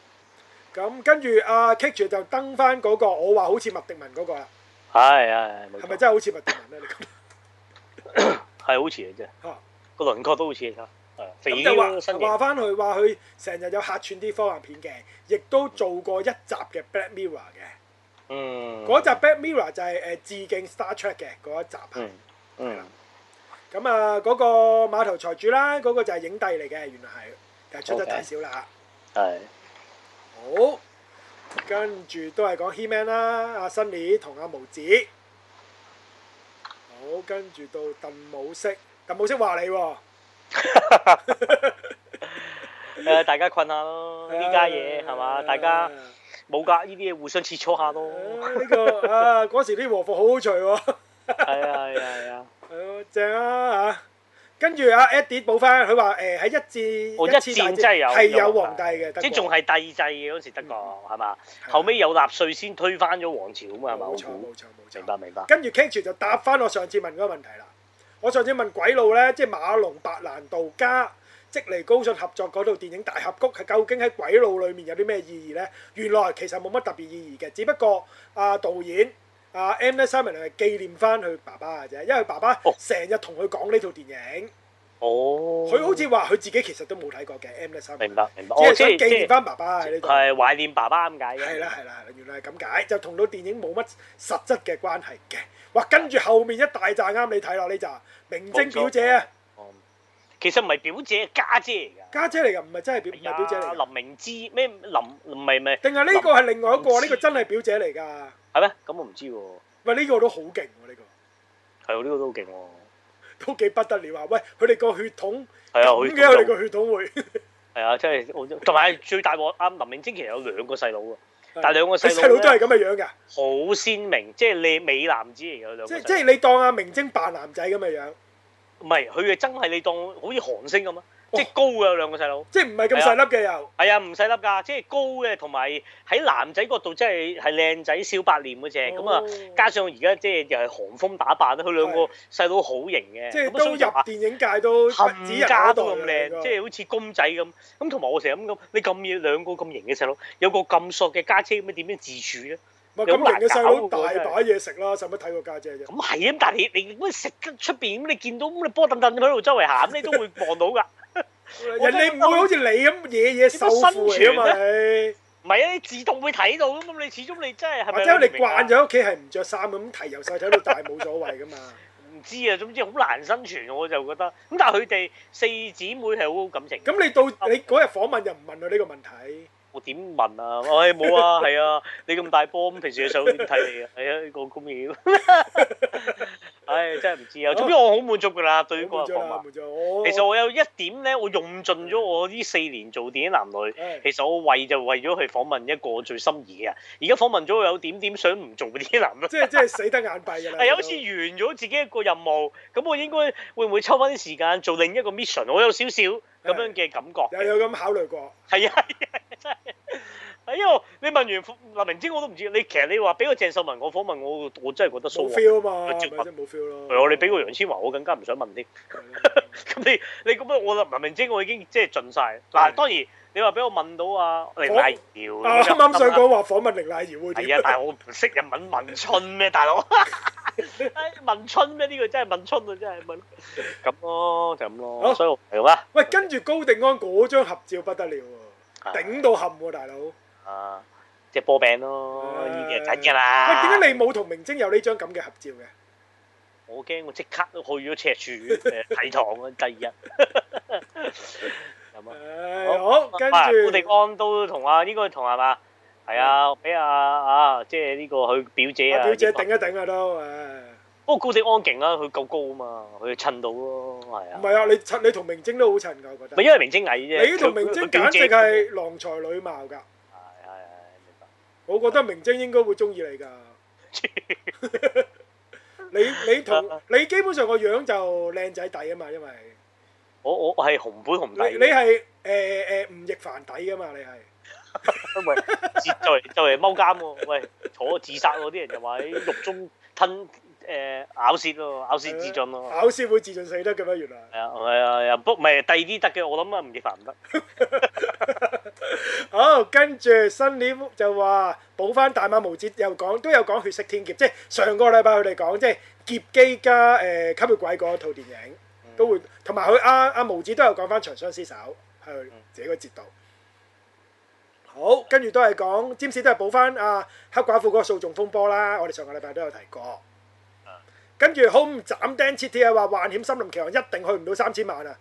B: 咁跟住阿 Kick 住就登翻嗰、個，我話好似麥迪文嗰個啦，
A: 係係係冇
B: 係咪
A: 錯，
B: 真係好似麥迪文咧？你覺得
A: 係好似嘅啫，
B: 嚇
A: 個輪廓都好似嘅，係肥
B: 咁
A: 啲咯，身
B: 就話
A: 形，
B: 話翻佢話佢成日有客串啲科幻片嘅，亦都做過一集嘅 Black Mirror 嘅。
A: 嗯，
B: 嗰集 Black Mirror 就係、誒、致敬 Star Trek 嘅嗰一集啊係。
A: 嗯嗯，
B: 咁啊，嗰、個碼頭財主啦，嗰、個就係影帝嚟嘅，原來係，但係出得太少啦。
A: 係，
B: 好，跟住都係講 He-Man 啦，阿新年同阿毛子。好，跟住到鄧武飾，鄧武飾話你喎，
A: 誒大家困下咯，呢家嘢係嘛，大家
B: 啊
A: 冇㗎，呢啲嘢互相切磋下咯，
B: 呢個啊嗰時啲和服好好除喎，
A: 係啊係啊係啊，
B: 係咯正啊嚇。跟住阿 Eddie 補翻，佢話誒喺一戰
A: 我一
B: 次大
A: 戰真係有
B: 係有皇帝嘅，德
A: 即係仲
B: 國嗯
A: 係帝制嘅嗰時德國係嘛，
B: 係啊
A: 後尾有納粹先推翻咗王朝啊嘛，
B: 冇
A: 係
B: 錯
A: 嘛，我估
B: 冇錯冇錯
A: 明。白明白，
B: 跟住 King 就答翻我上次問嗰個問題啦。我上次問鬼佬咧，即係馬龍、白蘭度加即尼高信合作嗰套電影《大峽谷》，係究竟喺鬼佬裏面有啲咩意義咧？原來其實冇乜特別意義嘅，只不過啊導演啊 M. Night Shyamalan 係紀念翻佢爸爸嘅啫，因為佢爸爸
A: 哦
B: 成日同佢講呢套電影，
A: 哦，
B: 佢好似話佢自己其實都冇睇過嘅 M. Night Shyamalan，
A: 明白明白，
B: 只
A: 哦
B: 係
A: 即
B: 想
A: 係
B: 紀
A: 即
B: 念
A: 係
B: 翻爸爸喺呢度。
A: 係懷念爸爸咁解嘅，
B: 係啦係啦係啦，原來係咁解，就同到電影冇乜實質嘅關係嘅。哇！跟住後面一大扎啱你睇落呢扎，明晶表姐啊，
A: 哦，其實唔係表姐，家姐嚟㗎。
B: 家姐嚟㗎，唔係真係表唔係表姐嚟㗎，
A: 哎林明知咩林唔係唔係
B: 定係呢個係另外一
A: 林
B: 個？呢個真係表姐嚟㗎。
A: 係咩？咁我唔知喎。
B: 喂，呢個都好勁喎，呢個
A: 係喎，呢個都好勁喎。
B: 都幾不得了啊！喂，佢哋個血統
A: 係啊，佢
B: 咁嘅，佢哋個血統會
A: 係啊，真係我同埋最大鑊啱林明晶其實有兩個細佬啊，但係兩個
B: 佢
A: 細
B: 細佬
A: 佬
B: 都係
A: 咧
B: 咁嘅樣㗎，
A: 好鮮明，即係你美男子嚟嘅兩個
B: 即
A: 細佬。
B: 即係你當阿明晶扮男仔咁嘅樣，
A: 唔係佢嘅真係你當好似韓星咁啊，
B: 哇
A: 即係高嘅兩個細佬。
B: 即係唔係咁細粒嘅又
A: 係啊，唔細粒㗎，即係高嘅，同埋喺男仔角度真係係靚仔小白臉嗰只咁啊。
B: 哦
A: 加上而家即係又係韓風打扮啦，佢兩個
B: 係
A: 細佬好型嘅，
B: 即係
A: 咁啊所
B: 都
A: 以
B: 入
A: 就話
B: 電影界都不止
A: 冚
B: 人
A: 家
B: 嗰
A: 都
B: 度
A: 咁靚，即係好似公仔咁。咁同埋我成日咁講，你咁嘢兩個咁型嘅細佬，有個咁索嘅家姐，咁你點樣自處咧？
B: 咪
A: 有
B: 咁
A: 好難
B: 型嘅細佬
A: 搞
B: 大
A: 喎真係
B: 把嘢食啦，使乜睇個家姐啫？
A: 咁係啊，但係你你咁食得出邊，咁你見到咁你波凳凳喺度周圍行，你都會望到㗎。
B: 人哋唔會好似你咁嘢嘢受苦嚟啊嘛你，
A: 唔係啊，你自動會睇到咁，你始終你啊真係係咪？
B: 或者你慣，咗屋企係唔着衫咁，提由細睇到大冇所謂 噶嘛。
A: 唔知啊，總之好難生存，我就覺得。咁但係佢哋四姊妹係好好感情嘅。
B: 咁你到你嗰日訪問又唔問佢呢個問題，
A: 我點問啊？我唉冇 啊，係啊，你咁大波，咁平時嘅手點睇你啊？ 係啊，個公 嘢。唉，真係唔知啊。總之我好滿足㗎啦，對於嗰
B: 滿
A: 個
B: 咗
A: 訪
B: 啦，
A: 問。
B: 滿咗我。
A: 其實我有一點咧，我用盡咗我呢四年做電影男女。
B: 係
A: 其實我為就為咗去訪問一個我最心儀嘅人，而家訪問咗我有點點想唔做電影男女。
B: 即係即係死得眼閉㗎啦。
A: 係有好似完咗自己一個任務，咁我應該會唔會抽翻啲時間做另一個 mission？我有少少咁樣嘅感覺。
B: 有有咁考慮過。
A: 係啊係啊，真係係因為你問完林明晶我都唔知，你其實你話俾個鄭秀文我訪問我，我真係覺得疏
B: 冇
A: 喎。
B: feel 啊嘛，
A: 咪照
B: 咪先冇 feel 咯。
A: 係啊你俾個楊千嬅，我更加唔想問添。 咁你你咁樣，我林明晶我已經即係盡晒。嗱，
B: 係
A: 當然你話俾我問到啊，林
B: 我
A: 麗瑤，
B: 啊啱啱想講話訪問凌麗瑤會
A: 係
B: 點
A: 啊，？但係我唔識日文文春咩，大 佬？唉哎文春咩？呢個真係文春啊，真係文咁咯，就咁咯。
B: 好
A: 所以我係咁啦。
B: 喂，跟住高定安嗰張合照不得了喎，頂到冚喎，大佬。喂，
A: 啊，即係波餅咯，
B: 唉
A: 呢啲係哎真㗎啦。
B: 啊點解你冇同明晶有呢張咁嘅合照嘅？
A: 我驚我即刻去咗赤柱誒睇堂啊！第二日 咁啊，
B: 唉，好，跟
A: 啊高迪
B: 住
A: 安都同啊，呢個同係嘛？係啊，俾啊啊，即係呢個佢表姐
B: 阿
A: 啊。
B: 表姐
A: 呢個
B: 頂一頂嗯啊都，唉。
A: 不過高迪安勁啦，佢夠高啊嘛，佢襯到咯，係
B: 唔
A: 啊。
B: 係啊，你襯你同明晶都好襯㗎，我覺
A: 咪
B: 得。
A: 因為明晶矮啫，
B: 你同明晶
A: 佢佢表
B: 簡
A: 姐
B: 直
A: 高係
B: 係郎才女貌㗎，
A: 係係明白
B: 我覺得明晶應該會中意你 㗎。你你同
A: 啊
B: 你基本上個樣就靚仔底啊嘛，因為
A: 我我我係紅本紅
B: 你
A: 底，
B: 你係誒誒吳亦凡底㗎嘛，你係。
A: 喂，自就嚟就嚟踎監喎，喂，坐自殺喎，啲人就話喺獄中吞誒咬舌咯，咬舌自盡咯。
B: 考試會自盡死得嘅咩？原來。
A: 係啊，係啊，又不唔係第二啲得嘅，我諗啊吳亦凡唔得。
B: 好，跟住新年就話補翻大馬無節，又講都有講血色天劫，即係上個禮拜佢哋講即係劫機加誒、呃吸血鬼嗰套電影，都會同埋佢阿阿無節都有講翻長相廝守係佢自己個節度。好，跟住都係講占士都係補翻啊黑寡婦嗰個訴訟風波啦，我哋上個禮拜都有提過。跟住好唔斬釘切鐵啊，話幻險森林奇案一定去唔到三千萬啊！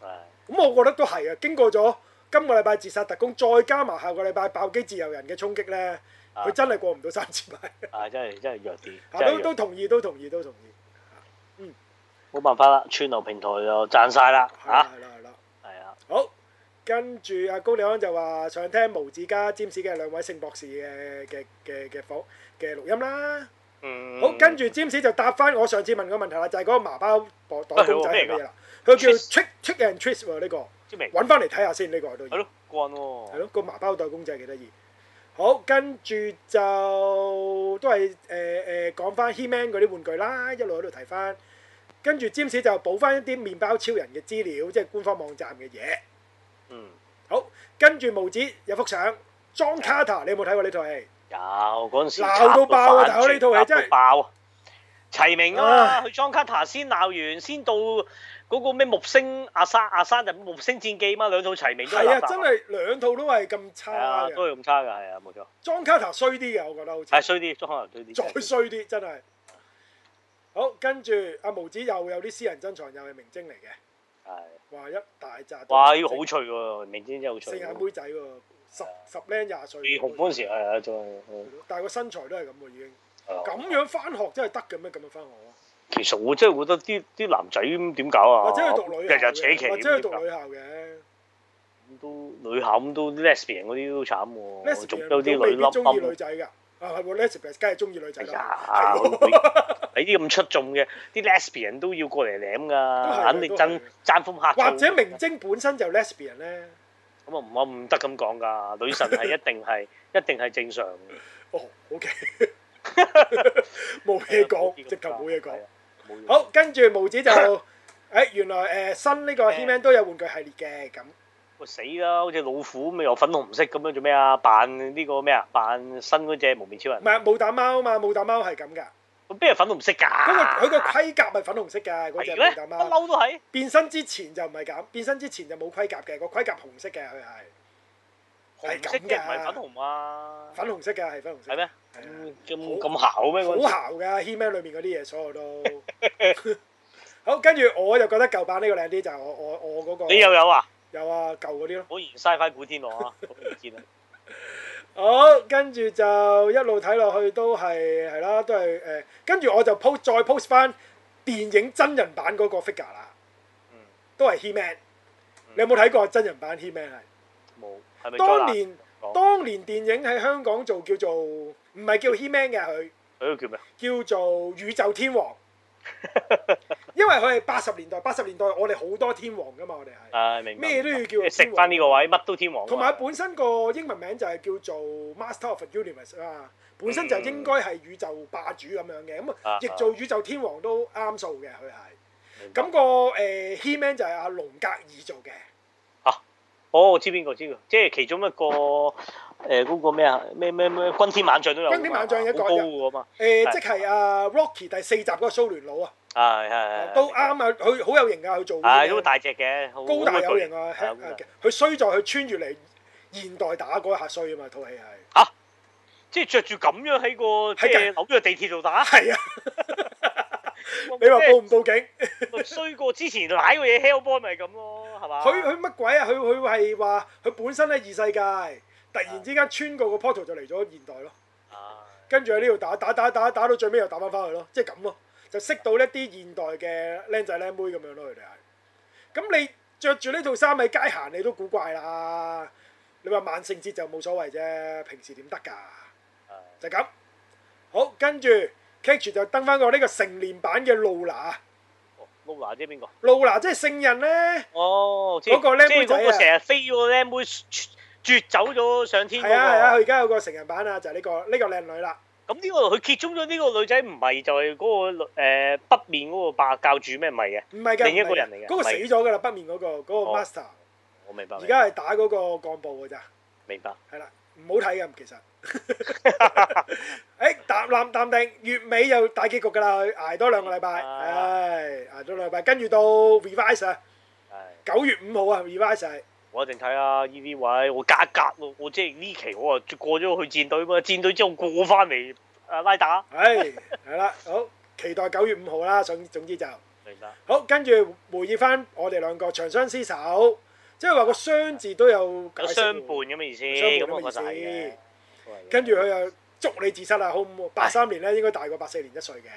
A: 係
B: 咁我覺得都係啊！經過咗今個禮拜自殺特工，再加埋下個禮拜爆機自由人嘅衝擊呢，
A: 啊
B: 佢真係過唔到三 千萬。
A: 啊，真係真係弱啲，
B: 啊
A: 真係
B: 都
A: 弱
B: 都同意，都同意，都同意。
A: 冇辦法啦，串流平台就賺晒啦
B: 係
A: 嚇，，
B: 啦係啦，係啦。
A: 係啊，
B: 好，跟住阿高利安就話想聽無子加詹士嘅兩位聖博士嘅嘅嘅嘅房嘅錄音啦。
A: 嗯，
B: 好，跟住詹士就答翻我上次問個問題啦，就係嗰個麻包袋袋公仔係咩啦？佢 叫 Trick Trick and Twist 喎，呢個
A: 知未？
B: 揾翻嚟睇下先，呢個都
A: 嗯係。
B: 要
A: 咯，慣
B: 係
A: 喎，
B: 咯，個麻包袋公仔幾得意。好，跟住就都係誒誒講翻 He-Man 嗰啲玩具啦，一路喺度睇翻。跟住詹士就補翻一啲麵包超人嘅資料，即係官方網站嘅嘢。
A: 嗯，
B: 好，跟住無子有幅相，John Carter，你有冇睇過呢套戲？
A: 有嗰陣時
B: 鬧到爆啊大佬呢套戲真係
A: 插到爆啊！齊名啊
B: 唉
A: 嘛，佢 John Carter 先鬧完，先到嗰個咩木星阿沙阿沙就木星戰記嘛，兩套齊名都
B: 係啊，
A: 垃圾
B: 真係哎兩套都係咁
A: 係
B: 差
A: 啊，都
B: 嘅。
A: 係咁差㗎，係啊，冇錯，
B: John Carter 衰啲嘅，我覺得好似
A: 係。衰啲，John Carter 衰啲，
B: 再衰啲，真係。好，跟住阿毛子又有啲私人珍藏，又係明晶嚟嘅，
A: 係
B: 哇一大扎。
A: 哇，呢個好脆喎，明知真係好脆
B: 四
A: 喎。
B: 眼妹仔喎，十十零廿歲。
A: 最紅嗰陣時係啊，仲係
B: 但係個身材都係咁喎，已經
A: 係啊
B: 咁樣翻學真係得嘅咩？咁樣翻學，啊
A: 其實我真係覺得啲啲男仔咁點搞啊？
B: 或者去讀女校
A: 日日扯旗
B: 嘅，
A: 咁
B: 或
A: 點
B: 者去讀
A: 搞
B: 女校嘅
A: 咁都女校咁都 lesbian 嗰啲都慘喎，哦仲
B: lesbian
A: 有啲
B: 未
A: 女
B: 必
A: 冧
B: 中意女
A: 冧。
B: 仔㗎。啊係喎，lesbian 梗係中意女仔
A: 哎
B: 啦，
A: 呀，
B: 係
A: 佢
B: 喎
A: 你啲咁出眾嘅，啲 lesbian 都要過嚟舐
B: 都係
A: 㗎，
B: 嘅
A: 肯定
B: 都係
A: 爭
B: 嘅
A: 爭風客
B: 或
A: 燥
B: 者明晶本身就 lesbian 咧。
A: 咁啊，唔我唔得咁講㗎，女神係 一定係一定係正常嘅。
B: 哦，OK，冇
A: 啊
B: 嘢講，直頭冇嘢講
A: 係。啊。冇嘢
B: 好，跟住毛 子就誒原來誒呃新呢個
A: 誒
B: He-Man 都有玩具系列嘅咁。
A: 喂死啦！好似老虎咁又粉紅色咁樣做咩啊？扮呢個咩啊？扮新嗰只無面超人
B: 唔。係冇打貓啊嘛，冇打貓係咁㗎。
A: 咁邊係粉紅色㗎？
B: 嗰個佢個 盔甲係粉紅色㗎，嗰只
A: 係
B: 毛
A: 咩？
B: 蛋
A: 不
B: 貓。
A: 嬲都係。
B: 變身之前就唔係咁，變身之前就冇盔甲嘅，個盔甲紅色嘅佢係
A: 紅
B: 係咁
A: 色嘅唔係
B: 㗎
A: 粉紅啊？
B: 粉紅色嘅，係粉紅色。
A: 係咩？
B: 係
A: 咁咁咁姣咩？
B: 好啊
A: 嗰陣時
B: 姣㗎，He-Man 裏面嗰啲嘢所有都。 好，跟住我就覺得舊版呢個靚啲，就係我我我嗰個。
A: 你又有啊？
B: 有啊，舊嗰啲咯。
A: 果然嘥翻古天樂啊！果然見啊！
B: 好，跟住就一路睇落去都係係啦，都係誒。呃跟住我就 post 再 post 翻電影真人版嗰個 figure 啦，
A: 嗯，
B: 都係 He-Man。你有冇睇過真人版啊 He-Man 係？
A: 冇係咪災難？
B: 當年
A: 講
B: 當年電影喺香港做叫做唔係叫 He-Man 嘅佢
A: 佢嗰個叫咩？
B: 叫做宇宙天王，因為佢係八十年代，八十年代我哋好多天王噶嘛，我哋係
A: 啊，明白
B: 咩都要叫做
A: 食翻呢個位，乜都天王啊嘛。
B: 同埋本身個英文名就係叫做 Master of the Universe 啊，本身就應該係宇宙霸主咁樣嘅，咁
A: 嗯啊
B: 啊譯做宇宙天王都啱數嘅，佢係。
A: 明白
B: 咁、個誒、呃 He-Man 就係阿龍格爾做嘅，
A: 哦，我知邊個知㗎，即係其中一個誒嗰個咩啊咩咩 咩軍天猛將都有㗎嘛，
B: 軍天猛將一個
A: 好高㗎嘛，
B: 誒、
A: 係
B: 即係阿 Rocky 第四集嗰個蘇聯佬啊，
A: 係係係
B: 都啱啊，佢好有型㗎，佢做
A: 係啊都
B: 嘢
A: 大隻嘅，好
B: 高大有型啊，
A: 好鬼巨係高
B: 啊
A: 大
B: 佢衰在佢穿越嚟現代打嗰一下衰啊嘛，套戲係。
A: 即係着住咁樣喺個即係
B: 喺
A: 紐約地鐵度打，
B: 係啊，你話報唔報警？
A: 咪衰過之前奶個嘢 Hellboy 咪咁咯，係嘛？
B: 佢佢乜鬼啊？佢佢係話佢本身喺異世界，突然之間穿過個 portal 就嚟咗現代咯，
A: 啊
B: 跟住喺呢度打打打打打到最尾又打翻翻去咯，即係咁咯，就識到一啲現代嘅僆仔僆妹咁樣咯，佢哋係。咁你着住呢套衫喺街行，你都古怪啦。你話萬聖節就冇所謂啫，平時點得㗎？
A: 係
B: 就係咁。好，跟住 Cage 就登翻個呢個成年版嘅露娜。
A: 哦，Lola 即係邊個？
B: 露娜即係聖人咧，
A: 哦，即係
B: 嗰個僆
A: 即係
B: 妹仔啊
A: 嗰個成日飛嗰個僆妹絕絕走咗上天嗰
B: 係啊係啊，佢
A: 個。
B: 而家有個成人版啊，就係呢個呢個靚女啦，
A: 咁呢個佢揭中咗呢個女仔唔係就係嗰個誒北面嗰個霸教主咩？唔係嘅，
B: 唔係㗎，
A: 另一個
B: 唔係㗎
A: 人嚟嘅
B: 嗰個
A: 唔
B: 死
A: 係
B: 咗㗎啦，北面嗰個嗰個
A: 哦
B: master，
A: 我明白。
B: 而家係打嗰個幹部㗎咋，
A: 明白。
B: 係啦，唔好睇㗎，其實。 誒淡淡淡定，月尾又大結局㗎啦，佢捱多兩個禮拜，
A: 啊
B: 唉，捱多兩個禮拜，跟住到 revise 啊，
A: 係，
B: 九月五號啊，revise 係
A: 我一定睇啊！呢啲位我格一格咯，我即係呢期我啊過咗去戰隊嘛，戰隊之後過翻嚟啊拉打。
B: 唉，係啦，好期待九月五號啦，總總之就。
A: 明白。
B: 好，跟住回憶翻我哋兩個長相廝守，即係話個相字都有解
A: 有
B: 釋喎
A: 相伴咁嘅意思，咁
B: 有
A: 啊
B: 相
A: 我
B: 伴咁嘅意
A: 覺得
B: 思
A: 係嘅。
B: 跟住佢又捉你自殺啦，好唔好？八三年咧應該大過八四年一歲嘅，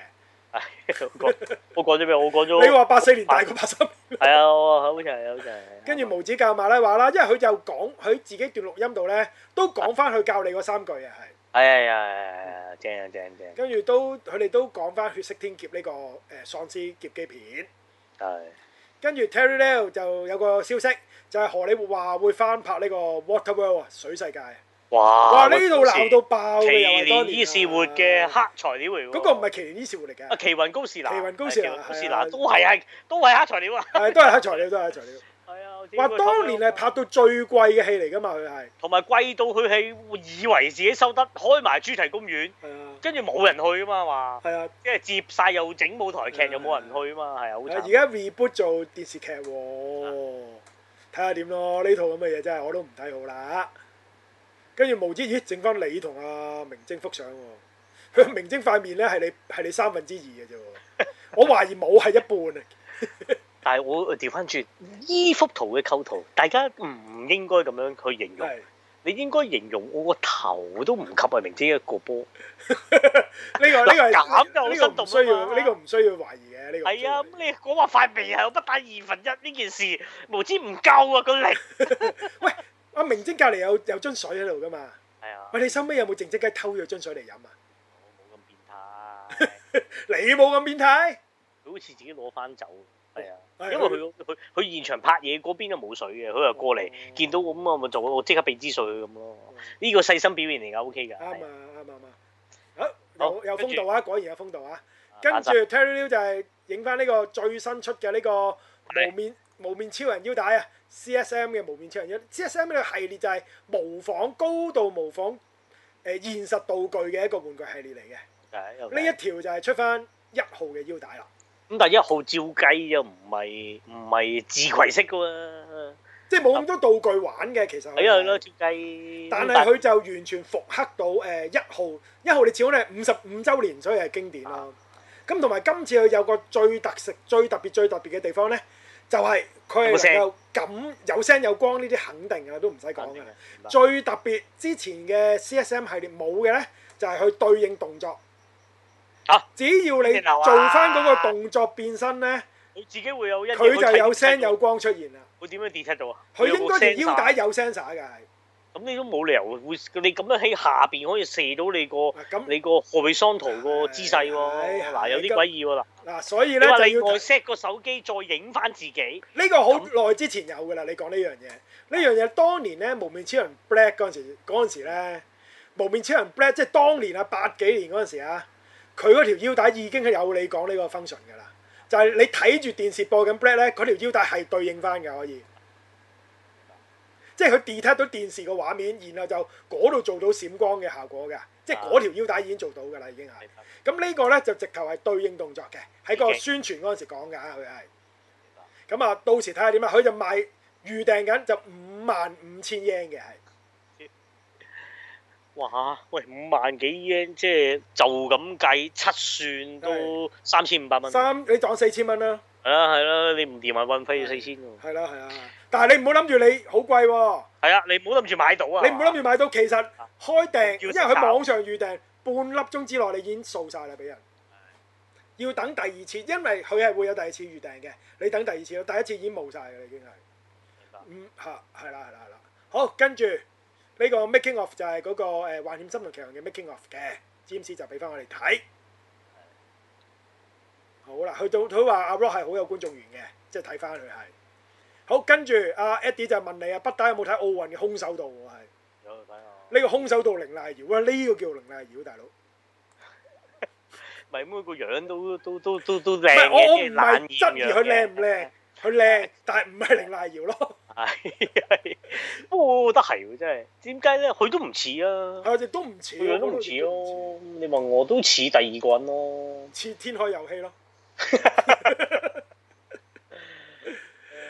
A: 唉 我講我講咗咩？我講咗。
B: 你話八四年大過八三年，
A: 係啊，我好似係，好啊似係。
B: 跟住無指教馬拉話啦，因為佢就講佢自己段錄音度咧，都講翻佢教你嗰三句啊，係，
A: 係啊係啊係啊，正啊正正，
B: 跟住都佢哋都講翻血色天劫呢、個誒、喪屍劫機片，
A: 係
B: 跟住 Terry Liu 就有個消息，就係、荷里活話會翻拍呢個 Water World 水世界，
A: 哇！
B: 哇！呢度鬧到爆
A: 啊奇
B: 嘅又係
A: 連
B: 當年啊
A: 伊士活嘅黑材料嚟喎。
B: 嗰個唔係奇連伊士活嚟
A: 啊，
B: 嘅，
A: 奇雲高士拿，哎
B: 奇雲高士拿
A: 係奇雲高士
B: 係
A: 拿
B: 啊
A: 都係係都係黑材料啊。
B: 係都係黑材料，都係黑材料。
A: 係啊，我知
B: 話
A: 佢
B: 當年係拍到最貴嘅戲嚟㗎嘛，佢係
A: 同埋貴到佢係以為自己收得開埋主題公園，
B: 係啊
A: 跟住冇人去啊嘛話，
B: 係啊，
A: 即係接晒又整舞台劇又冇啊人去啊嘛，係啊，好
B: 而
A: 慘。
B: 家 reboot 做電視劇喎，睇下點咯。呢套咁嘅嘢真係我都唔睇好啦。跟住無知咦，整翻你同阿明晶幅相喎， 佢明晶塊面咧係你係你三分之二嘅啫 喎，我懷疑冇係一半啊。
A: 但係我調翻轉，依幅圖嘅構圖，大家唔應該咁樣去形容。
B: 係
A: 你應該形容我個頭都唔及啊！明知一個波，
B: 呢個呢個
A: 嗱咁就
B: 係
A: 好
B: 呢
A: 生
B: 個
A: 動
B: 唔需
A: 啊嘛
B: 要呢個唔需要懷疑嘅呢個唔需
A: 係
B: 要
A: 啊！
B: 懷疑。
A: 咁你講話塊面係有不打二分一呢件事，無知唔夠啊個 力。
B: 阿明晶隔離有有樽水喺度㗎嘛？
A: 係啊，
B: 喂，你收尾有冇靜靜雞偷咗樽水嚟飲啊？
A: 我冇咁變態，
B: 你冇咁變態。
A: 佢好似自己攞翻走。係啊，
B: 係
A: 因為佢佢佢現場拍嘢嗰邊就冇水嘅，佢又過嚟
B: 哦
A: 見到咁啊，咪就我即刻俾支水佢咁咯。呢個細心表現嚟㗎，OK 㗎。
B: 啱
A: 係
B: 啊
A: 啊，
B: 啱啊啱啊！好
A: 好
B: 有有
A: 跟住
B: 風度啊，果然有風度啊！跟
A: 打
B: 住
A: 針
B: Terry Liu 就係影翻呢個最新出嘅呢個
A: 係
B: 無面無面超人腰帶啊，CSM 嘅無面超人腰，CSM 呢個系列就係模仿高度模仿誒、呃、現實道具嘅一個玩具系列嚟嘅。
A: 係
B: 呢一條就係出翻一號嘅腰帶啦，
A: 咁，但係一號照計又唔係唔係自攜式㗎喎。
B: 即係冇咁啊多道具玩嘅其實。
A: 係啊，係咯，照計。
B: 但係佢就完全復刻到誒一號，一號你始終咧五十五週年，所以係經典
A: 啊
B: 啦。咁同埋今次佢有個最特色、最特別、最特別嘅地方咧，就係佢係能夠感有聲有光呢啲肯定啊，都唔使講
A: 肯
B: 嘅
A: 定。嘅
B: 最特別之前嘅 CSM 系列冇嘅咧，就係佢對應動作。
A: 啊
B: 只要你做翻嗰個動作變身咧，
A: 佢自己會有一嘢
B: 佢就有
A: 佢睇
B: 聲
A: 到
B: 有光出現啦。
A: 佢點樣 detect 到啊？
B: 佢
A: 有
B: 應
A: 冇
B: 該條
A: sensor？
B: 腰帶有 sensor 嘅係。
A: 咁你都冇理由會你咁樣喺下邊可以射到你個
B: 嗱咁
A: 你個何比桑圖個姿勢喎。
B: 係係
A: 嗱有啲詭異喎嗱，
B: 嗱，所以
A: 你
B: 咧
A: 話
B: 就
A: 你
B: 要
A: 外 set 個手機再影翻自己，
B: 呢個好耐之前有㗎啦，你講呢樣嘢，呢樣嘢當年咧無面超人 Black 嗰陣時，嗰陣時咧無面超人 Black 即係當年啊八幾年嗰陣時啊，佢嗰條腰帶已經係有你講呢個 function 㗎啦，就係、你睇住電視播緊 Black 咧，嗰條腰帶係對應翻㗎可以，即係佢 detect 到電視個畫面，然後就嗰度做到閃光嘅效果㗎，即係嗰條腰帶已經做到㗎啦，已經係。咁呢個咧就直頭係對應動作嘅，喺個
A: Okay.
B: 宣傳嗰陣時講㗎，佢係。咁啊，到時睇下點啊，佢就賣預訂緊就五萬五千 yen 嘅係，
A: 哇！喂，五萬幾 yen 即係就咁計七算都三千五百蚊。係
B: 三你當四千蚊啦，
A: 啦係啦，你唔掂啊運費要四千喎。
B: 係啦係啊，但係你唔好諗住你好貴喎，
A: 係啊，你唔好諗住買到啊！
B: 你唔好諗住買到，其實開訂，因
A: 要
B: 為
A: 食飯
B: 佢網上預訂半粒鐘之內你已經掃晒啦俾人。要等第二次，因為佢係會有第二次預訂嘅，你等第二次咯，第一次已經冇晒㗎啦，已經係。嗯，嚇，係啦，係啦，係啦。好，跟住呢個 making of 就係嗰個誒《幻險森林奇行》嘅 making of 嘅，James 就俾翻我哋睇。好啦，去到佢話阿 Rock 係好有觀眾緣嘅，即係睇翻佢係。好，跟住阿 Eddie 就問你啊，北打有冇睇奧運嘅空手道喎？係
A: 有睇啊
B: 呢個空手道凌麗瑤啊，呢個叫凌麗瑤，大佬。
A: 咪妹個樣都都都都都
B: 唔
A: 靚
B: 係
A: 嘅，
B: 我我唔
A: 即係懶
B: 係質疑
A: 厭
B: 佢
A: 樣
B: 靚
A: 嘅
B: 唔靚，佢靚，但係唔係凌麗瑤咯。
A: 係係，不過我覺得係喎，真係點解咧？佢都唔似啊，
B: 係啊，亦都唔似，
A: 佢樣都唔似咯。你問我都似第二個人咯。
B: 似天海遊戲 咯。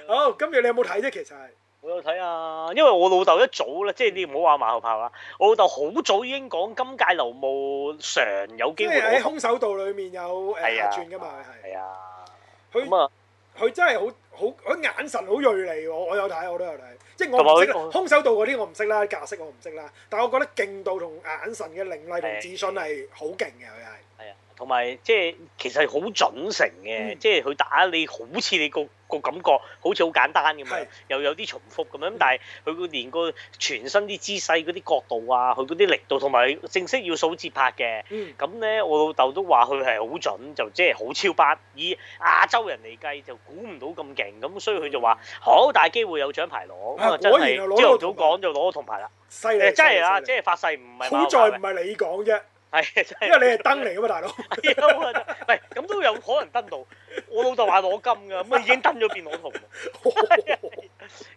B: 好，今日你有冇睇啫？其實係
A: 我有睇啊，因為我老豆一早咧，即係你唔好話馬後炮啦，我老豆好早已經講今屆流務常有
B: 即
A: 機會
B: 係喺
A: 攞。
B: 空手道裏面有誒
A: 係
B: 客
A: 啊
B: 串噶嘛，佢係
A: 係啊，咁
B: 佢
A: 啊，
B: 佢真係好好佢眼神好鋭利喎！我有睇，我都有睇，即係
A: 同埋
B: 我唔識啦
A: 佢
B: 空手道嗰啲我唔識啦，架式我唔識啦，但係我覺得勁度同眼神嘅凌厲同
A: 係
B: 自信係好勁嘅，佢係。
A: 係啊，同埋即係其實好準成嘅，
B: 嗯
A: 即係佢打你好似你個個感覺好似好簡單咁
B: 係
A: 樣，又有啲重複咁樣，咁但係佢個連個全身啲姿勢嗰啲角度啊，佢嗰啲力度同埋正式要數節拍嘅。
B: 嗯，
A: 咁咧，我老豆都話佢係好準，就即係好超班。以亞洲人嚟計，就估唔到咁勁，咁所以佢就話好大機會有獎牌攞。咁
B: 嗯啊
A: 啊，真
B: 果然又攞
A: 係朝
B: 到
A: 頭早
B: 銅牌
A: 講就攞到銅牌啦。
B: 犀利！
A: 誒，真係啊，
B: 犀利
A: 即係發誓唔係馬
B: 好在
A: 後
B: 唔
A: 炮嘅
B: 係你講啫，
A: 係啊真係
B: 因為你係燈嚟噶嘛，大佬。
A: 係啊，真係喂，咁都有可能登到。我老豆話攞金㗎，咁啊已經登咗變攞銅啦，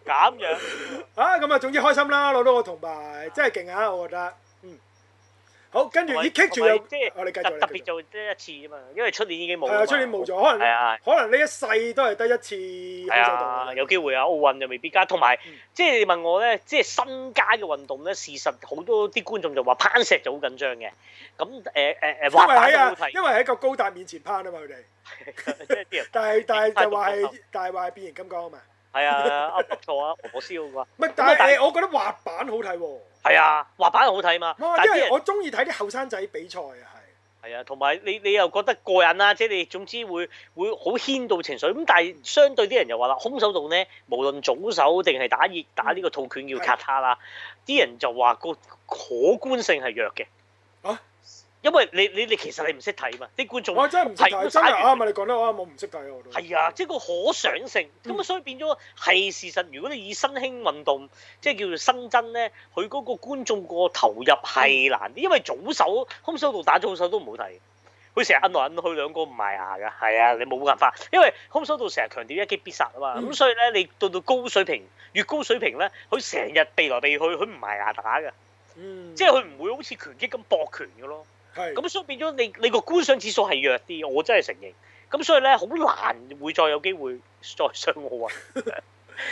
A: 咁樣。
B: 啊，咁啊，總之開心啦，攞到個銅牌，真係勁啊！我覺得，嗯，好，跟住咦棘住又，
A: 同埋即係
B: 我哋繼
A: 特
B: 續，
A: 特
B: 你
A: 別
B: 繼續
A: 就得一次啊嘛，因為出年已經冇
B: 係
A: 啦嘛。
B: 啊，出年冇咗，可
A: 係
B: 能
A: 啊。
B: 可能呢一世都係得一次空
A: 係
B: 手道
A: 啊，有機會啊，奧運就未必加。同埋
B: 嗯
A: 即係你問我咧，即係新加嘅運動咧，事實好多啲觀眾就話攀石就好緊張嘅。咁誒誒誒，
B: 因
A: 滑
B: 為
A: 板
B: 喺
A: 都好
B: 啊，
A: 睇，
B: 因為喺個高達面前攀啊嘛，佢哋，
A: 即係啲人
B: 但係但係就話
A: 變態動
B: 係
A: 作，
B: 但係話係變形金剛啊嘛，
A: 係啊，啊不錯啊，我燒㗎。
B: 唔係，
A: 咁啊
B: 但
A: 但
B: 係
A: 係
B: 誒我覺得滑板好睇喎，
A: 係啊，滑板好睇嘛。
B: 哇
A: 但
B: 因
A: 係啲
B: 為
A: 人
B: 我中意睇啲後生仔比賽啊，
A: 係啊，同埋你你又覺得過癮啦，即係你總之會會好牽動情緒。咁但係相對啲人又話啦，空手道咧，無論早手定係打熱打呢個套拳叫卡他啦，啲人就話個可觀性係弱嘅。
B: 啊哦
A: 因為你你你其實你唔識睇嘛，啲觀
B: 係，
A: 眾
B: 我真係唔識
A: 係
B: 睇，
A: 都
B: 真係
A: 嘥完
B: 啱啊！你講得啱，我唔識睇啊我都
A: 係啊，即係個可想性，咁
B: 嗯
A: 啊所以變咗係事實。如果你以新興運動，即係叫做新增咧，佢嗰個觀眾個投入
B: 嗯
A: 係難啲，因為早手空手道打早手都唔好睇。佢成日摁來摁去兩個唔埋牙㗎，係啊，你冇辦法，因為空手道成日強調一擊必殺啊嘛，咁、
B: 嗯
A: 所以咧你到到高水平，越高水平咧，佢成日避來避去，佢唔埋牙打㗎，
B: 嗯，
A: 即係佢唔會好似拳擊咁搏拳㗎咯。
B: 係
A: 咁所以變咗你你個觀賞指數係弱啲，我真係承認。咁所以咧，好難會再有機會再上奧運。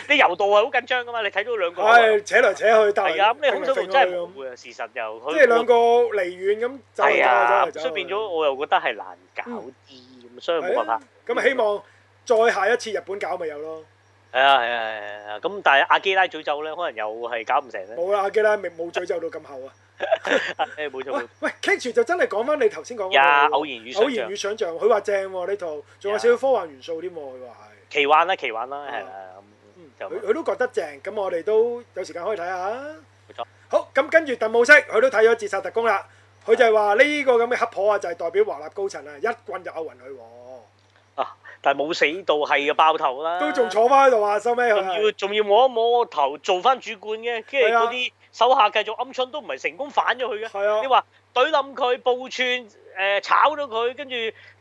A: 你柔道啊係好緊張噶嘛，你睇到兩個
B: 係扯嚟扯去，但係
A: 係啊，咁你空手道
B: 揈
A: 真
B: 嚟
A: 係
B: 揈去
A: 冇
B: 咁
A: 嘅事實又佢
B: 即係兩個離遠咁走嚟走去
A: 係啊，
B: 走嚟走去嗯
A: 所以變咗我又覺得係難搞啲，咁所以冇辦法。
B: 啊咁希望再下一次日本搞咪有咯，
A: 係啊係啊係啊，咁但係阿基拉詛咒咧，可能又係搞唔成 咧。
B: 冇啦，阿基拉未冇詛咒到 咁厚啊！
A: 誒哎冇錯冇
B: 喂
A: 錯，
B: 喂 k 住就真係講翻你頭先講
A: 呀
B: 嗰套
A: 偶
B: 喎
A: 然與
B: 偶
A: 想
B: 然
A: 像
B: 與，想像，佢話正喎呢套，仲有少少科幻元素添喎，佢話係
A: 奇幻啦奇幻啦，係啦，
B: 嗯，
A: 咁
B: 佢
A: 就
B: 佢都覺得正，咁我哋都有時間可以睇下啊
A: 錯。
B: 好，咁跟住鄧武飾佢都睇咗《自殺特工》啦，佢就係話呢個咁嘅黑婆啊，就係代表華納高層啊，一棍就咬暈佢喎。
A: 但係冇死到係嘅爆頭啦，
B: 都仲，坐翻喺度啊，收尾佢
A: 仲要
B: 係
A: 仲要摸一摸個頭做翻主管嘅，跟住
B: 係啊
A: 嗰啲手下繼續鵪鶉都唔係成功反咗佢嘅。
B: 係啊
A: 你。話懟冧佢，報串，誒、炒咗佢，跟住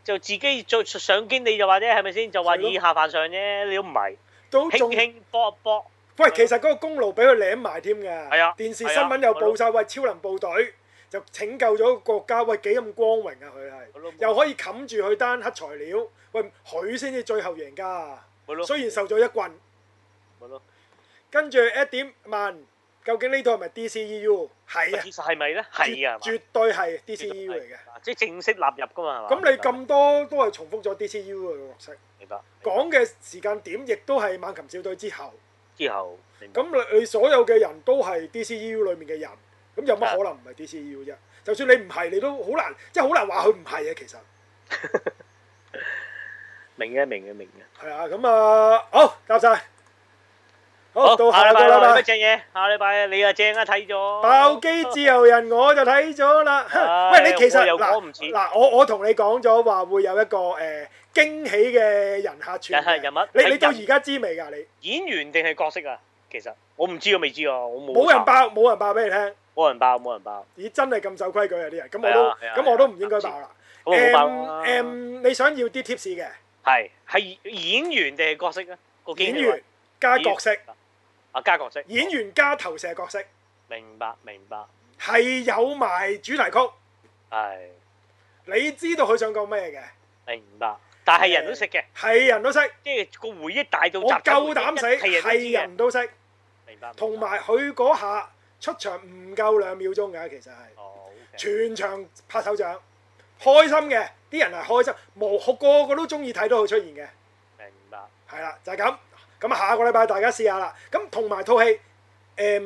A: 就自己再上經理就話啫，係咪先？就話
B: 係咯
A: 以下犯上啫，你都唔係，
B: 都
A: 輕
B: 仲
A: 輕搏一搏，
B: 喂，其實嗰個公路俾佢舐埋添㗎。
A: 係啊
B: 電視新
A: 係啊
B: 聞又報晒，喂，超能部隊就拯救咗國家，喂，幾咁光榮啊！佢係
A: 係咯冇錯
B: 又可以冚住佢單黑材料，喂，佢先至最後贏家啊！
A: 咪咯，
B: 雖然受咗一棍，
A: 咪咯，
B: 跟住 Ed 點問究竟呢套係咪 DCEU？係啊
A: 其，實係咪咧？係啊，係嘛
B: 絕 E 絕對
A: 絕
B: 係 DCEU E 嚟嘅。
A: 係即係正式納入噶嘛，係嘛？
B: 咁你咁多都係重複咗 DCEU 嘅角色，
A: 明白
B: 講嘅時間點亦都係猛禽小隊之後。
A: 之後，明白
B: 咁你你所有嘅人都係 DCEU 裏面嘅人，咁有乜可能唔係 DCEU 啫？就算你唔係，你都好難，即係好難話佢唔係啊。其實
A: 明嘅明嘅明嘅。
B: 係啊，咁啊，好答晒，好到下
A: 禮
B: 個
A: 拜啦有乜
B: 禮拜
A: 正嘢？下禮拜你啊正啊睇咗
B: 爆機自由人我就睇咗啦。
A: 唉
B: 喂，你其實
A: 我又講唔
B: 嗱
A: 切
B: 嗱，我我同你講咗話會有一個誒驚喜嘅人客
A: 人
B: 串
A: 客人物
B: 嘅，你你
A: 係
B: 到
A: 人
B: 而家知未㗎？你
A: 演員定係角色啊？其實我唔知，我未知啊，我冇
B: 冇人，爆，冇人爆俾你聽。
A: 冇人爆，冇人爆，
B: 咦，真係咁守規矩啊！啲人，咁
A: 係啊
B: 我
A: 係啊係啊
B: 都咁我都唔應該爆啦。
A: 咁我冇爆啊啦。
B: 誒誒，你想要啲 tips 嘅
A: 係係演員定係角色啊？個機器
B: 演
A: 人
B: 員加角色，
A: 啊加角色
B: 演員加投射角色，
A: 明白明白
B: 係有埋主題曲，
A: 係
B: 你知道佢想講咩嘅，
A: 明白，但係人都識嘅，
B: 係人都識，
A: 即係個回憶大到集
B: 我夠膽死，
A: 係人都知
B: 係
A: 嘅，
B: 人都識，
A: 明白
B: 同埋佢嗰下出場唔夠兩秒鐘㗎，其實係
A: 哦，OK，
B: 全場拍手掌，開心嘅，啲人係開心，無個個都中意睇到佢出現嘅。
A: 明白
B: 係啦，就係咁。咁啊下個禮拜大家試下啦。咁同埋套戲，誒、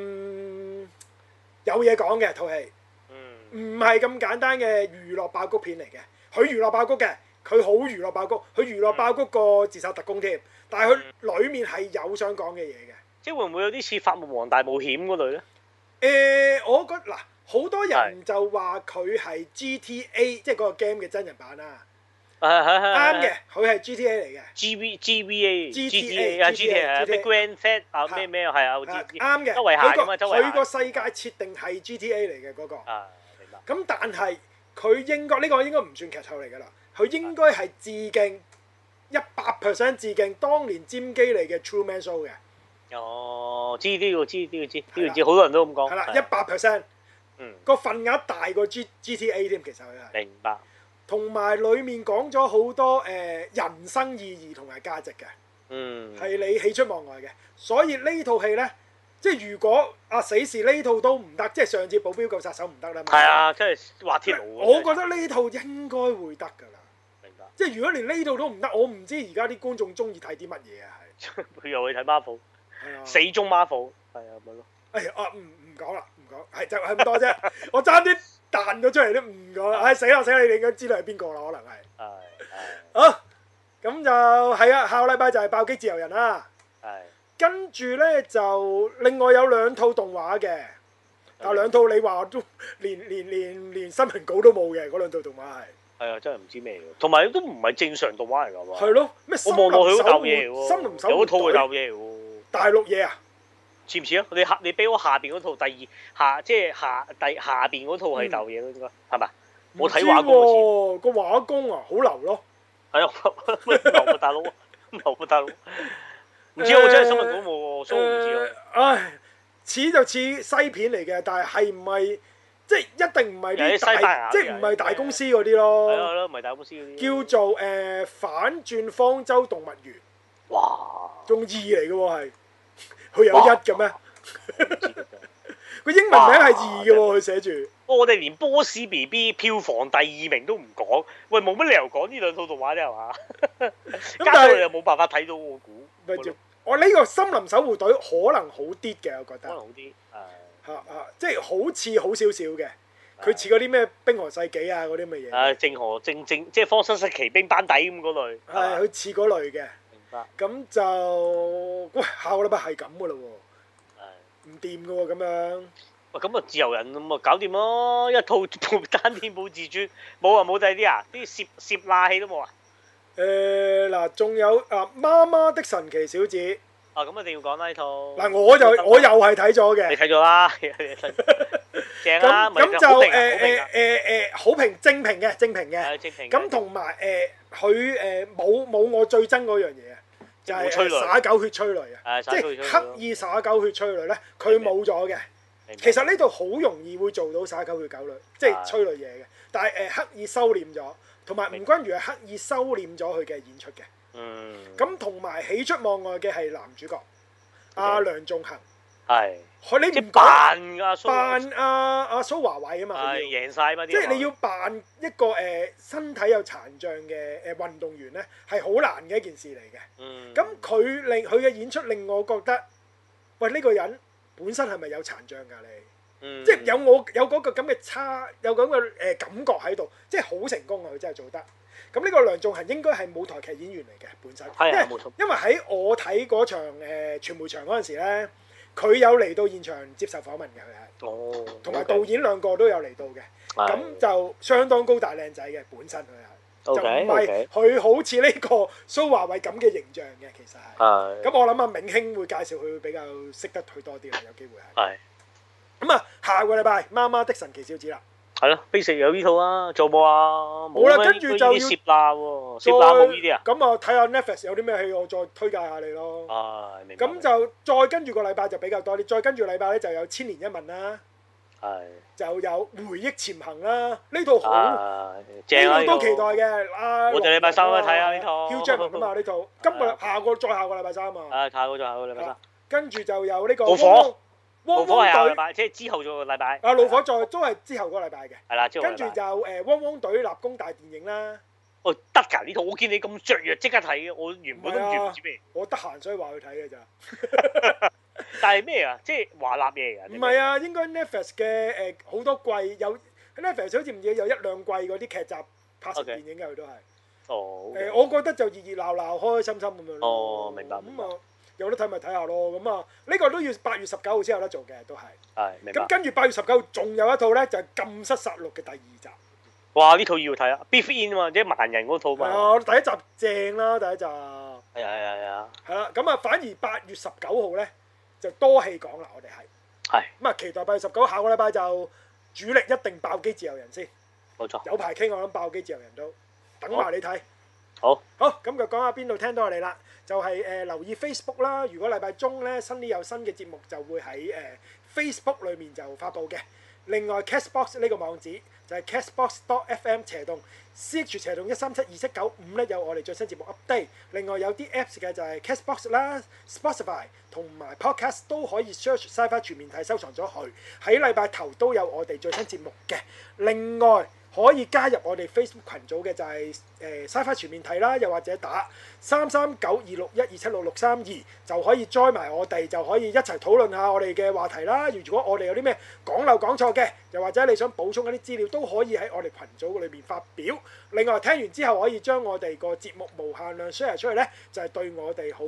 B: 有嘢講嘅套戲，
A: 嗯
B: 唔係咁簡單嘅娛樂爆谷片嚟嘅。佢娛樂爆谷嘅，佢好娛樂爆谷，佢娛樂爆谷個自殺特工添。但係佢裡面係有想講嘅嘢嘅。
A: 即係會唔會有啲似法務王大冒險嗰類咧？
B: 誒、我覺嗱，好多人就話佢係 GTA，即係嗰個 game 嘅真人版啦。
A: 係係係
B: 啱嘅，佢係 GTA 嚟嘅。
A: G V G V A
B: GTA
A: G T A 啊 G T A 啊咩 Grand Theft 啊咩咩係啊，我知
B: 啊
A: 知
B: 啱嘅，
A: 周圍行㗎
B: 佢
A: 嘛
B: 個
A: 周圍行
B: 佢個世界設定係 GTA 嚟嘅嗰個，
A: 啊明白
B: 咁但係佢應該呢個應該唔算劇透嚟㗎啦，佢應該係致敬一百 percent 致敬當年詹基利嘅 True Man Show 嘅，
A: 哦知呢個知呢個知呢
B: 係
A: 個
B: 啦
A: 知，好多人都咁講
B: 係啦，
A: 哦係
B: 一百 percent
A: 嗯
B: 個份額大過 G GTA 添，其實佢係，
A: 明白
B: 同埋裡面講咗好多誒、呃人生意義同埋價值嘅。
A: 嗯
B: 係你喜出望外嘅。所以呢套戲呢，即係如果阿死侍呢套都唔得，即係上次保鏢救殺手唔得啦嘛。
A: 係啊，真係滑鐵盧啊真係
B: 我覺得呢套應該會得㗎啦。
A: 明白。
B: 即係如果連呢套都唔得，我唔知而家啲觀眾中意睇啲乜嘢啊？
A: 佢又去睇 Marvel，
B: 係係啊。
A: 死忠 Marvel，係啊，咪咯。
B: 哎呀，啊唔唔講啦，唔講，係就係咁多啫。 我爭啲彈咗出嚟都唔講啦。唉、死啦死啦！你應該知道係邊個啦，可能係。
A: 係
B: 好，咁就係啊，下個禮拜就係爆擊自由人啦。
A: 係
B: 跟住呢，就另外有兩套動畫嘅，但啊兩套你話都連連連連新聞稿都冇嘅，嗰兩套動畫係
A: 係啊，真係唔知咩嚟㗎同埋都唔係正常動畫嚟㗎嘛。
B: 係咯咩
A: 我
B: 森林
A: 望落去
B: 守
A: 好舊嘢喎，
B: 護森林守
A: 有一套
B: 護
A: 佢舊
B: 隊
A: 嘢喎。
B: 大陸嘢啊，
A: 似唔似啊？你下你俾我下邊嗰套第二下，即係下第下邊嗰套
B: 嗯
A: 係鬥嘢咯，應該係咪？我睇畫過
B: 過個畫工啊，好流咯，
A: 係啊， 喂流啊大 佬，流啊大佬，唔知啊我真係新聞稿冇喎，所以我唔知啊。
B: 誒唉，似就似西片嚟嘅，但係係唔係即係一定唔係
A: 有啲
B: 啲
A: 西班
B: 大
A: 牙
B: 即
A: 嘅
B: 係唔係大公司嗰啲
A: 係咯係
B: 咯，
A: 咯，唔係大公司嗰
B: 叫
A: 啲。
B: 做誒反轉方舟動物園，
A: 哇！
B: 仲二嚟嘅喎係，佢有一嘅咩？
A: 唔知啊真係哦
B: 佢英文名係二嘅喎，佢寫住。
A: 我哋連波斯 B B 票房第二名都唔講，喂冇乜理由講呢兩套動畫啫係嘛？加
B: 但
A: 上
B: 係
A: 你又冇辦法睇到我估，
B: 咪
A: 咪
B: 就
A: 咯
B: 我呢個森林守護隊可能好啲嘅，我覺
A: 可能
B: 得
A: 好啲。
B: 嚇嚇，即係好似好少少嘅，
A: 誒
B: 佢似嗰啲咩冰河世紀啊嗰啲乜嘢，
A: 誒正河正正即係方新式奇兵班底咁嗰類。係嘛
B: 係佢似嗰類嘅。
A: 明白。
B: 咁就喂下個禮拜係咁噶啦喎，
A: 係
B: 唔掂噶喎咁樣。
A: 喂，咁啊自由人咁啊搞掂 à? 咯，一套冇單天冇自尊，冇啊冇第二啲啊，啲攝攝罅戲都冇啊，
B: 誒嗱，仲有啊《媽媽的神奇小子》
A: 啊，咁一定要講啦呢套。
B: 嗱，我就我又係睇咗嘅
A: 你。睇咗啦， 正啦，
B: 咁
A: 咪
B: 咁就
A: 真係好
B: 誒
A: 評啊好評
B: 誒
A: 啊
B: 誒誒好評正評嘅正評嘅。
A: 係正評嘅。
B: 咁同埋誒佢誒冇冇我最憎嗰樣嘢啊，就係
A: 冇催淚
B: 誒耍狗血催淚啊！
A: 係
B: 即
A: 耍狗血
B: 係
A: 催淚
B: 刻意耍狗血催淚咧，佢冇咗嘅。其實
A: 呢
B: 呢度好容易會做到耍狗血狗淚，即係
A: 係
B: 催淚嘢嘅。但係誒刻意收斂咗，同埋吳君如係刻意收斂咗佢嘅演出嘅。
A: 嗯
B: 咁同埋喜出望外嘅係男主角阿
A: OK
B: 梁仲恒，
A: 係
B: 佢
A: 即
B: 你
A: 係
B: 唔講
A: 扮㗎蘇華
B: 扮阿阿蘇華偉啊嘛，
A: 係
B: 佢要
A: 贏晒嘛啲
B: 即係你
A: 人
B: 要扮一個誒、呃身體有殘障嘅誒運動員咧，係好難嘅一件事嚟嘅。
A: 嗯
B: 咁佢令佢嘅演出令我覺得，喂呢、個人本身係咪有殘障㗎你？
A: 嗯
B: 即係有我有嗰個咁嘅差，有咁嘅誒感覺喺度，即係好成功啊！佢真係做得。咁呢個梁仲恒應該係舞台劇演員嚟嘅本身，
A: 係
B: 因
A: 啊
B: 為
A: 冇錯
B: 因為喺我睇嗰場誒、呃、傳媒場嗰陣時咧，佢有嚟到現場接受訪問嘅，佢係
A: 哦，
B: 同埋導演兩個都有嚟到嘅。咁就相當高大靚仔嘅本身佢係，就
A: O
B: 唔
A: K O
B: 係
A: K
B: 佢好似呢個蘇華偉咁嘅形象嘅，其實係。
A: 係
B: 咁我諗阿明興會介紹佢會比較識得佢多啲啦，有機會係。
A: 係
B: 咁啊，下個禮拜《媽媽的神奇小子》啦，
A: 係咯，basic 有呢套啊，做冇啊？
B: 冇啦
A: 咩
B: 跟住就要
A: 都已經攝啦喎，攝啦冇呢啲啊？
B: 咁啊，睇下 Netflix 有啲咩戲，我再推介下你咯。
A: 啊，明白
B: 咁就再跟住個禮拜就比較多啲，再跟住禮拜咧就有《千年一問》啦，
A: 係
B: 就有《回憶潛行》啦，呢套好。
A: 啊，正啊！
B: 呢
A: 呢
B: 個
A: 套
B: 都期待嘅。啊，
A: 我哋禮拜三去睇下呢套
B: Hugh Jackman 啊嘛呢套，今個禮下個再下個禮拜三啊，
A: 啊，下個再下個禮拜三，
B: 跟住就有呢個
A: 老火
B: 汪汪
A: 老
B: 汪
A: 火係下個禮
B: 汪隊
A: 拜，即係之後做個禮拜。
B: 啊，老火再都係之後個禮拜嘅，
A: 係啦，之後個禮
B: 跟住
A: 拜
B: 就誒汪汪隊立功大電影啦，
A: 哦，得㗎呢套，我見你咁雀躍，即刻睇嘅，我原本都唔知唔知咩，
B: 我得閒所以話去睇嘅咋，
A: 但係咩啊？即係華納嘢嚟㗎。
B: 唔係，啊，應該 Netflix 嘅誒呃好多季有 Netflix 好似唔知有一兩季嗰啲劇集拍成
A: OK
B: 電影嘅佢都係，
A: 哦，
B: 誒我覺得就熱熱鬧鬧開開心心咁樣咯
A: 哦明白明白
B: 咁啊有得睇咪睇下咯，咁啊呢個都要八月十九號先有得做嘅都係。
A: 係明白
B: 咁。跟住八月十九仲有一套咧，就係《禁室殺戮》嘅第二集。
A: 哇！呢套要睇啊，Beef In 啊嘛，即係盲人嗰套
B: 係
A: 嘛。
B: 啊，第一集正啦，第一集
A: 係
B: 係
A: 啊係啊係啊，
B: 啦。咁啊，反而八月十九號咧就多戲講啦，我哋係
A: 係
B: 咁啊，期待八月十九下個禮拜就主力一定爆機自由人先，
A: 冇錯。
B: 有排傾我諗爆機自由人都等埋你睇。
A: 好，
B: 好，咁就講下邊度聽到我哋啦，就係、誒、留意 Facebook 啦。如果禮拜中咧新年有新嘅節目，就會喺誒、Facebook 裏面就發布嘅。另外 Castbox 呢個網址就係 castbox.fm 斜洞 ch 斜洞一三七二七九五咧有我哋最新節目 update。另外有啲 Apps 嘅就係 Castbox 啦、Spotify 同埋 Podcast 都可以 search Sci-Fi 全面睇收藏咗佢。喺禮拜頭都有我哋最新節目嘅。另外可以加入我哋 Facebook 群組嘅就係、誒 Sci-Fi 全面睇啦，又或者打三三九二六一二七六六三二就可以 join 埋我哋，就可以一齊討論下我哋嘅話題啦。如果我哋有啲咩講漏講錯嘅，又或者你想補充一啲資料，都可以喺我哋群組裏面發表。另外聽完之後，可以將我哋個節目無限量 share 出去呢，就係、對我哋好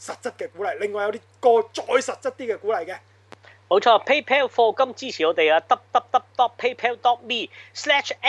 B: 實質嘅鼓勵。另外有啲個再實質啲嘅鼓勵嘅。
A: 冇錯，PayPal 課金支持我哋啊，www.paypal.me/sfatw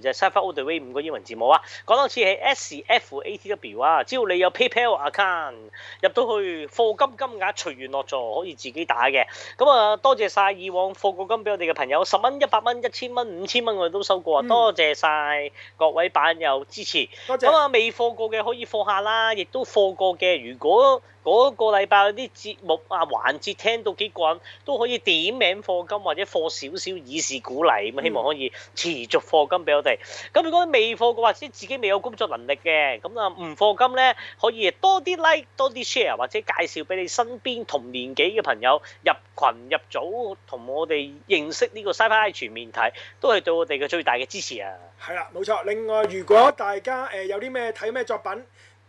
A: 啫 s i f all the way 五個英文字母啊。講多次係 sfatw 啊，只要你有 PayPal account 入到去課金金額隨緣落座，可以自己打嘅。咁啊，多謝晒以往課過金俾我哋嘅朋友，十蚊、一百蚊、一千蚊、五千蚊我哋都收過啊，
B: 嗯
A: 多謝晒各位版友支持。
B: 多謝
A: 咁。啊，未課過嘅可以課下啦，亦都課過嘅。如果嗰個禮拜有啲節目啊環節聽到幾過癮，都可以點名課金或者課少少以示鼓勵咁啊，希望可以持續課金俾我哋。咁如果未課過或者自己未有工作能力嘅，咁啊唔課金咧，可以多啲 like 多啲 share 或者介紹俾你身邊同年紀嘅朋友入群入組，同我哋認識呢個 Sci-Fi 全面睇，都係對我哋嘅最大嘅支持啊！
B: 係啦，冇錯。另外，如果大家誒、呃有啲咩睇咩作品，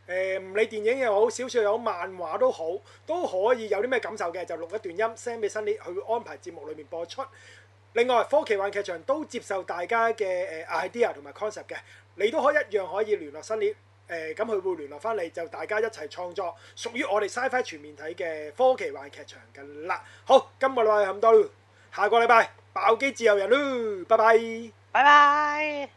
B: 誒、唔理電影又好，小説又好，漫畫都好，都可以有啲咩感受嘅，就錄一段音 send 俾新烈，佢會安排節目裏面播出。另外，科奇幻劇場都接受大家嘅誒、呃 idea 同埋 concept 嘅，你都可以一樣可以聯絡新烈。誒咁佢會聯絡翻你，就大家一齊創作屬於我哋 Sci-Fi 全面睇嘅科奇幻劇場㗎啦。好，今個禮拜係咁多啦，下個禮拜爆機自由人咯，拜拜。
A: 拜拜。